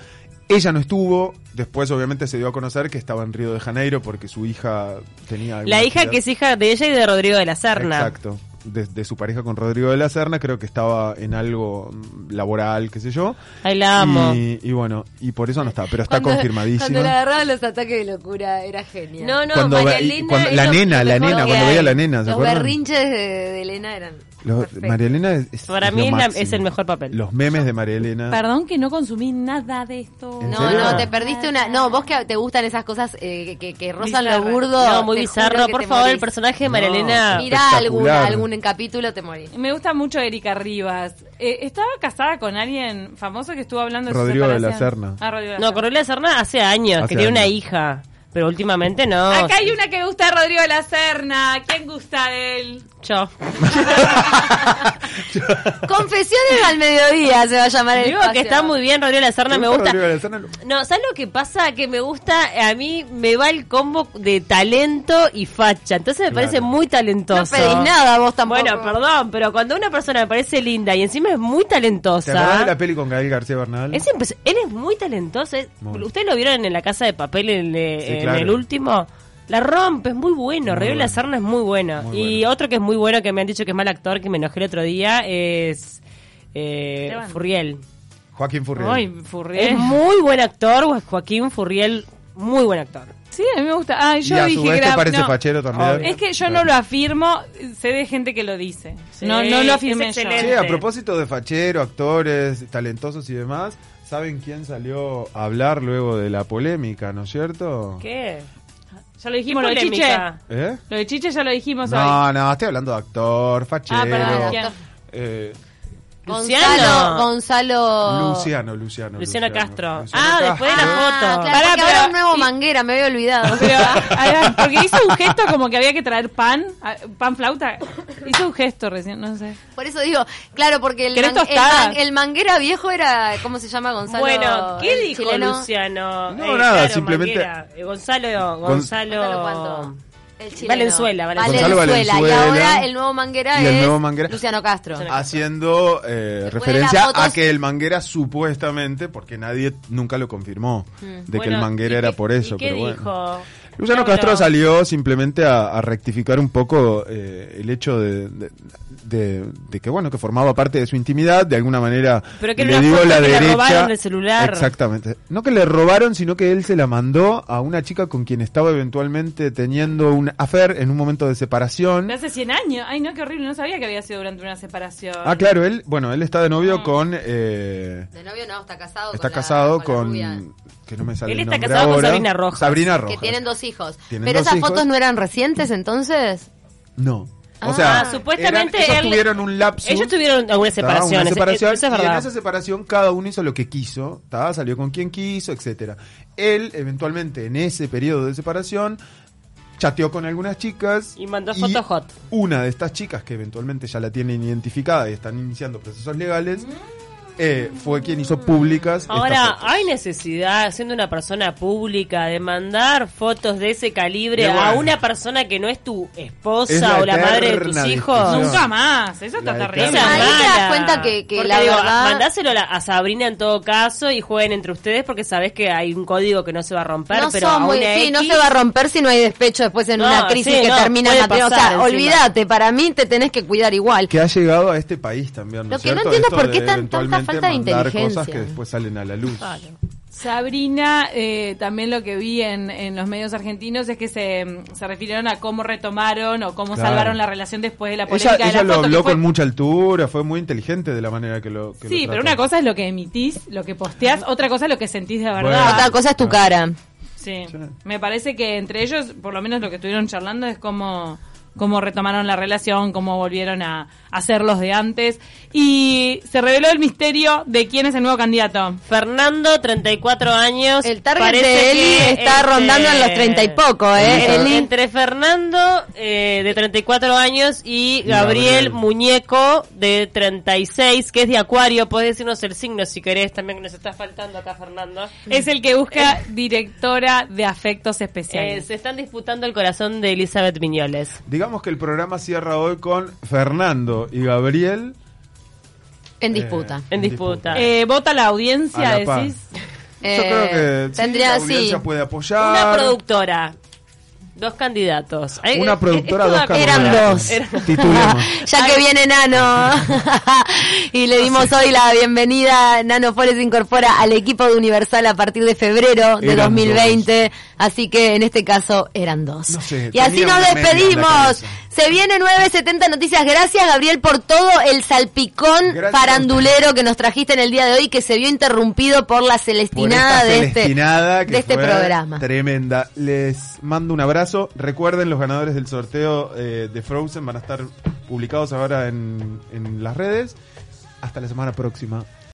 Speaker 2: Ella no estuvo, después obviamente se dio a conocer que estaba en Río de Janeiro porque su hija tenía... alguna
Speaker 1: La hija
Speaker 2: actividad.
Speaker 1: que es hija de ella y de Rodrigo de la Serna.
Speaker 2: Exacto. De, de su pareja con Rodrigo de la Serna, creo que estaba en algo mm, laboral, qué sé yo.
Speaker 1: Ay, la amo.
Speaker 2: Y, y bueno, y por eso no está, pero está
Speaker 3: Cuando-
Speaker 2: confirmadísima.
Speaker 3: Cuando le agarraban los ataques de locura, era genial.
Speaker 1: No, no,
Speaker 2: Cuando
Speaker 1: María
Speaker 2: ve- y
Speaker 1: Elena.
Speaker 2: cuando-
Speaker 1: es
Speaker 2: la
Speaker 1: lo- lo
Speaker 2: nena, la
Speaker 1: mejor
Speaker 2: nena,
Speaker 1: que
Speaker 2: cuando
Speaker 1: hay.
Speaker 2: veía a la nena, ¿se
Speaker 3: Los
Speaker 2: acuerdan?
Speaker 3: berrinches de, de Elena eran.
Speaker 2: Los-
Speaker 3: perfectos.
Speaker 2: María Elena es, es-
Speaker 1: Para
Speaker 2: es
Speaker 1: mí
Speaker 2: lo
Speaker 1: es la-
Speaker 2: máximo.
Speaker 1: es el mejor papel.
Speaker 2: Los memes de María Elena.
Speaker 4: Perdón que no consumí nada de esto.
Speaker 2: ¿En
Speaker 3: No,
Speaker 2: serio?
Speaker 3: no, te perdiste una. No, vos que te gustan esas cosas eh, que, que, que rozan lo
Speaker 4: Bizarra.
Speaker 3: burdo.
Speaker 1: No, muy
Speaker 3: te
Speaker 1: bizarro.
Speaker 3: juro que
Speaker 1: Por
Speaker 3: te
Speaker 1: favor, el
Speaker 3: morís.
Speaker 1: personaje de María
Speaker 2: No.
Speaker 1: Elena.
Speaker 3: Mirá algún,
Speaker 2: Espectacular.
Speaker 3: algún capítulo, te morís.
Speaker 4: eh, Me gusta mucho Erika Rivas. Eh, estaba casada con alguien famoso que estuvo hablando de
Speaker 2: Rodrigo
Speaker 4: su
Speaker 2: de la
Speaker 4: separación.
Speaker 2: Serna.
Speaker 4: Ah, Rodrigo de la
Speaker 1: No,
Speaker 4: Serna.
Speaker 1: Cornelia Serna hace años
Speaker 2: Hace
Speaker 1: que tiene una
Speaker 2: años.
Speaker 1: hija. Pero últimamente no.
Speaker 4: Acá hay una que gusta de Rodrigo de la Serna. ¿Quién gusta de él?
Speaker 1: Yo.
Speaker 3: Confesiones al mediodía se va a llamar el
Speaker 1: Digo que
Speaker 3: espacio.
Speaker 1: está muy bien Rodrigo La Serna, me gusta.
Speaker 2: Rodrigo Alessandro?
Speaker 1: No, ¿sabes lo que pasa? Que me gusta, a mí me va el combo de talento y facha. Entonces me
Speaker 2: Claro.
Speaker 1: parece muy
Speaker 3: No
Speaker 1: talentoso.
Speaker 3: pedís nada vos tampoco.
Speaker 1: Bueno, perdón, pero cuando una persona me parece linda y encima es muy
Speaker 2: ¿Te acordás de la
Speaker 1: talentosa.
Speaker 2: peli con Gael García Bernal?
Speaker 1: Es impres- él es muy talentoso. es-
Speaker 2: Muy.
Speaker 1: ¿Ustedes lo vieron en la casa de papel en, el-
Speaker 2: Sí,
Speaker 1: en
Speaker 2: claro.
Speaker 1: el último? La rompe, es muy bueno.
Speaker 2: Muy
Speaker 1: Rodrigo La
Speaker 2: bueno.
Speaker 1: Serna es muy bueno.
Speaker 2: Muy
Speaker 1: y
Speaker 2: bueno.
Speaker 1: otro que es muy bueno, que me han dicho que es mal actor, que me enojé el otro día, es eh,
Speaker 4: Esteban.
Speaker 1: Furriel.
Speaker 2: Joaquín Furriel.
Speaker 4: Ay, Furriel.
Speaker 1: Es muy buen actor, Jo- Joaquín Furriel, muy buen actor.
Speaker 4: Sí, a mí me gusta. Ay, yo
Speaker 2: y a
Speaker 4: dije
Speaker 2: su vez te
Speaker 4: gra-
Speaker 2: parece
Speaker 4: no.
Speaker 2: fachero también.
Speaker 4: Es que yo no lo afirmo, sé de gente que lo dice.
Speaker 1: Sí,
Speaker 4: no, no lo afirmé
Speaker 1: es
Speaker 4: yo.
Speaker 1: excelente.
Speaker 2: Che, a propósito de fachero, actores talentosos y demás, ¿saben quién salió a hablar luego de la polémica, no es cierto?
Speaker 1: ¿Qué?
Speaker 4: Ya lo dijimos, lo de Chiche.
Speaker 1: polémica?
Speaker 2: ¿Eh?
Speaker 4: Lo de Chiche ya lo dijimos hoy.
Speaker 2: No, no, estoy hablando de actor, fachero.
Speaker 4: Ah, perdón. ¿quién?
Speaker 2: eh,
Speaker 1: Luciano.
Speaker 3: Gonzalo, Gonzalo.
Speaker 2: Luciano, Luciano.
Speaker 1: Luciano Castro.
Speaker 2: Luciano
Speaker 1: Ah, después de la
Speaker 2: Castro.
Speaker 1: foto.
Speaker 3: Ah, claro,
Speaker 4: Pará,
Speaker 3: porque
Speaker 4: pero-
Speaker 3: ahora un nuevo manguera, me había olvidado.
Speaker 4: Pero, además, porque hizo un gesto como que había que traer pan, ah, pan flauta. Hizo un gesto recién, no sé.
Speaker 3: Por eso digo, claro, porque el,
Speaker 4: ¿Querés
Speaker 3: man- el,
Speaker 4: tostadas?
Speaker 3: man- el manguera viejo era, ¿cómo se llama Gonzalo?
Speaker 1: Bueno, ¿qué
Speaker 3: el
Speaker 1: dijo
Speaker 3: chileno?
Speaker 1: Luciano? Eh,
Speaker 2: No, nada, simplemente-
Speaker 1: Manguera. Eh, Gonzalo, Gonzalo.
Speaker 3: Gonzalo cuánto? El chileno.
Speaker 1: Valenzuela, Valenzuela.
Speaker 3: Valenzuela.
Speaker 2: Gonzalo
Speaker 3: Y
Speaker 2: Valenzuela.
Speaker 3: ahora el nuevo manguera
Speaker 2: Y el
Speaker 3: es
Speaker 2: nuevo Manguera.
Speaker 3: Luciano Castro.
Speaker 2: Haciendo eh,
Speaker 3: Después de
Speaker 2: referencia
Speaker 3: las fotos-
Speaker 2: a que el Manguera supuestamente, porque nadie nunca lo confirmó, de que
Speaker 1: Mm. Bueno,
Speaker 2: el Manguera
Speaker 1: ¿y
Speaker 2: era
Speaker 1: qué-
Speaker 2: por eso.
Speaker 1: ¿y qué
Speaker 2: pero bueno.
Speaker 1: dijo?
Speaker 2: Luciano
Speaker 1: Laura.
Speaker 2: Castro salió simplemente a, a rectificar un poco eh, el hecho de, de, de- de que bueno que formaba parte de su intimidad de alguna manera
Speaker 1: Pero que era
Speaker 2: le
Speaker 1: una
Speaker 2: digo
Speaker 1: foto
Speaker 2: la
Speaker 1: que le
Speaker 2: derecha
Speaker 1: robaron del celular.
Speaker 2: exactamente no que le robaron sino que él se la mandó a una chica con quien estaba eventualmente teniendo un affair en un momento de separación
Speaker 4: Pero hace 100 años. Ay, no, qué horrible. No sabía que había sido durante una separación.
Speaker 2: ah claro él bueno él está de novio
Speaker 1: Ah.
Speaker 2: con eh,
Speaker 3: De novio no, está casado.
Speaker 2: está
Speaker 3: con la-
Speaker 2: casado
Speaker 3: la
Speaker 2: con,
Speaker 3: rubia,
Speaker 2: que no me sale
Speaker 1: Él
Speaker 2: el
Speaker 1: está
Speaker 2: nombre
Speaker 1: casado con
Speaker 2: ahora.
Speaker 1: Sabrina Rojas.
Speaker 2: Sabrina Rojas
Speaker 3: Que tienen dos hijos.
Speaker 2: Tienen
Speaker 3: Pero
Speaker 2: dos
Speaker 3: esas
Speaker 2: hijos.
Speaker 3: fotos no eran recientes entonces.
Speaker 2: no o
Speaker 3: Ah,
Speaker 2: sea,
Speaker 1: supuestamente
Speaker 2: eran- ellos
Speaker 1: él-
Speaker 2: tuvieron un lapso.
Speaker 1: Ellos tuvieron algunas
Speaker 2: Estaba una
Speaker 1: separaciones. eh,
Speaker 2: separación,
Speaker 1: eso es
Speaker 2: y en
Speaker 1: verdad.
Speaker 2: esa separación cada uno hizo lo que quiso, ¿tá? salió con quien quiso, etcétera. Él, eventualmente, en ese periodo de separación, chateó con algunas chicas.
Speaker 1: Y mandó fotos hot.
Speaker 2: Una de estas chicas, que eventualmente ya la tienen identificada y están iniciando procesos legales, eh, fue quien hizo públicas estas
Speaker 1: Ahora,
Speaker 2: fotos.
Speaker 1: ¿hay necesidad, siendo una persona pública, de mandar fotos de ese calibre
Speaker 2: Y
Speaker 1: a
Speaker 2: bueno.
Speaker 1: una persona que no es tu esposa
Speaker 2: Es la
Speaker 1: o la madre de tus
Speaker 2: eterna
Speaker 1: hijos?
Speaker 2: discusión.
Speaker 4: Nunca más.
Speaker 2: La
Speaker 4: Eso está
Speaker 1: No
Speaker 4: terrible.
Speaker 1: seas
Speaker 3: Ahí te das
Speaker 1: mala.
Speaker 3: cuenta que- que
Speaker 1: Porque,
Speaker 3: la verdad-
Speaker 1: Mandáselo a la- a Sabrina en todo caso y jueguen entre ustedes porque sabés que hay un código que no se va a romper.
Speaker 3: no
Speaker 1: pero
Speaker 3: son
Speaker 1: a
Speaker 3: muy-
Speaker 1: una
Speaker 3: sí,
Speaker 1: X-
Speaker 3: no se va a romper si no hay despecho después en
Speaker 1: No,
Speaker 3: una crisis
Speaker 1: sí,
Speaker 3: que
Speaker 1: no,
Speaker 3: termina
Speaker 1: puede
Speaker 3: el matrimonio. O
Speaker 1: pasar
Speaker 3: sea,
Speaker 1: encima.
Speaker 3: olvídate, para mí te tenés que cuidar igual.
Speaker 2: que ha llegado a este país también. ¿no
Speaker 3: Lo
Speaker 2: es
Speaker 3: que no
Speaker 2: cierto?
Speaker 3: entiendo
Speaker 2: Esto
Speaker 3: es por qué
Speaker 2: de
Speaker 3: tan-
Speaker 2: eventualmente
Speaker 3: tanta falta de
Speaker 2: mandar
Speaker 3: inteligencia.
Speaker 2: cosas que después salen a la luz.
Speaker 4: Sabrina, eh, también lo que vi en, en los medios argentinos es que se, mm, se refirieron a cómo retomaron o cómo
Speaker 2: Claro.
Speaker 4: salvaron la relación después de la polémica
Speaker 2: Ella,
Speaker 4: de la
Speaker 2: ella lo
Speaker 4: foto, que
Speaker 2: habló
Speaker 4: fue-
Speaker 2: con mucha altura, fue muy inteligente de la manera que lo que
Speaker 4: Sí,
Speaker 2: lo trató.
Speaker 4: pero una cosa es lo que emitís, lo que posteás, otra cosa es lo que sentís de verdad.
Speaker 2: Bueno.
Speaker 3: Otra cosa es tu cara.
Speaker 4: Sí.
Speaker 2: Sí.
Speaker 4: Me parece que entre ellos, por lo menos lo que estuvieron charlando es cómo, cómo retomaron la relación, cómo volvieron a, a ser los de antes. Y se reveló el misterio de quién es el nuevo candidato.
Speaker 1: Fernando, 34 años.
Speaker 3: El target
Speaker 1: Parece
Speaker 3: de Eli
Speaker 1: que, este
Speaker 3: está rondando en los 30 y poco, ¿eh,
Speaker 1: entre-
Speaker 3: Eli?
Speaker 1: Entre Fernando, eh, de 34 años, y
Speaker 2: Y
Speaker 1: Gabriel
Speaker 2: Gabriel.
Speaker 1: Muñeco, de 36, que es de Acuario. Podés decirnos el signo si querés también, que nos está faltando acá, Fernando.
Speaker 4: Es el que
Speaker 2: Eh.
Speaker 4: busca directora de afectos
Speaker 1: Eh,
Speaker 4: especiales.
Speaker 1: se están disputando el corazón de Elizabeth Miñoles.
Speaker 2: Digamos que el programa cierra hoy con Fernando y Gabriel
Speaker 3: En
Speaker 2: eh,
Speaker 3: disputa.
Speaker 1: En disputa.
Speaker 4: Eh, vota la
Speaker 2: A
Speaker 4: audiencia,
Speaker 2: la par.
Speaker 4: decís.
Speaker 2: Yo creo que Eh, sí,
Speaker 3: tendría
Speaker 2: la
Speaker 3: sí.
Speaker 2: audiencia puede apoyar.
Speaker 1: Una productora. Dos candidatos. Ay, eh,
Speaker 2: Una productora,
Speaker 1: esto
Speaker 2: dos
Speaker 1: da-
Speaker 3: Eran
Speaker 2: candidatos.
Speaker 1: dos.
Speaker 2: Titulemos.
Speaker 3: ya que viene Nano y le dimos hoy la bienvenida, Nano Flores se incorpora al equipo de Universal a partir de febrero de
Speaker 2: Eran
Speaker 3: 2020, así que en este caso eran dos.
Speaker 2: No sé,
Speaker 3: y así
Speaker 2: tenía
Speaker 3: nos
Speaker 2: una media en la
Speaker 3: despedimos.
Speaker 2: cabeza.
Speaker 3: Se viene 970 Noticias. Gracias, Gabriel, por todo el salpicón
Speaker 2: Gracias.
Speaker 3: farandulero que nos trajiste en el día de hoy, que se vio interrumpido por la
Speaker 2: Por
Speaker 3: celestinada,
Speaker 2: esta
Speaker 3: de este,
Speaker 2: Celestinada que
Speaker 3: de este
Speaker 2: fue
Speaker 3: programa.
Speaker 2: Tremenda. Les mando un abrazo. Recuerden, los ganadores del sorteo eh, de Frozen van a estar publicados ahora en, en las redes. Hasta la semana próxima.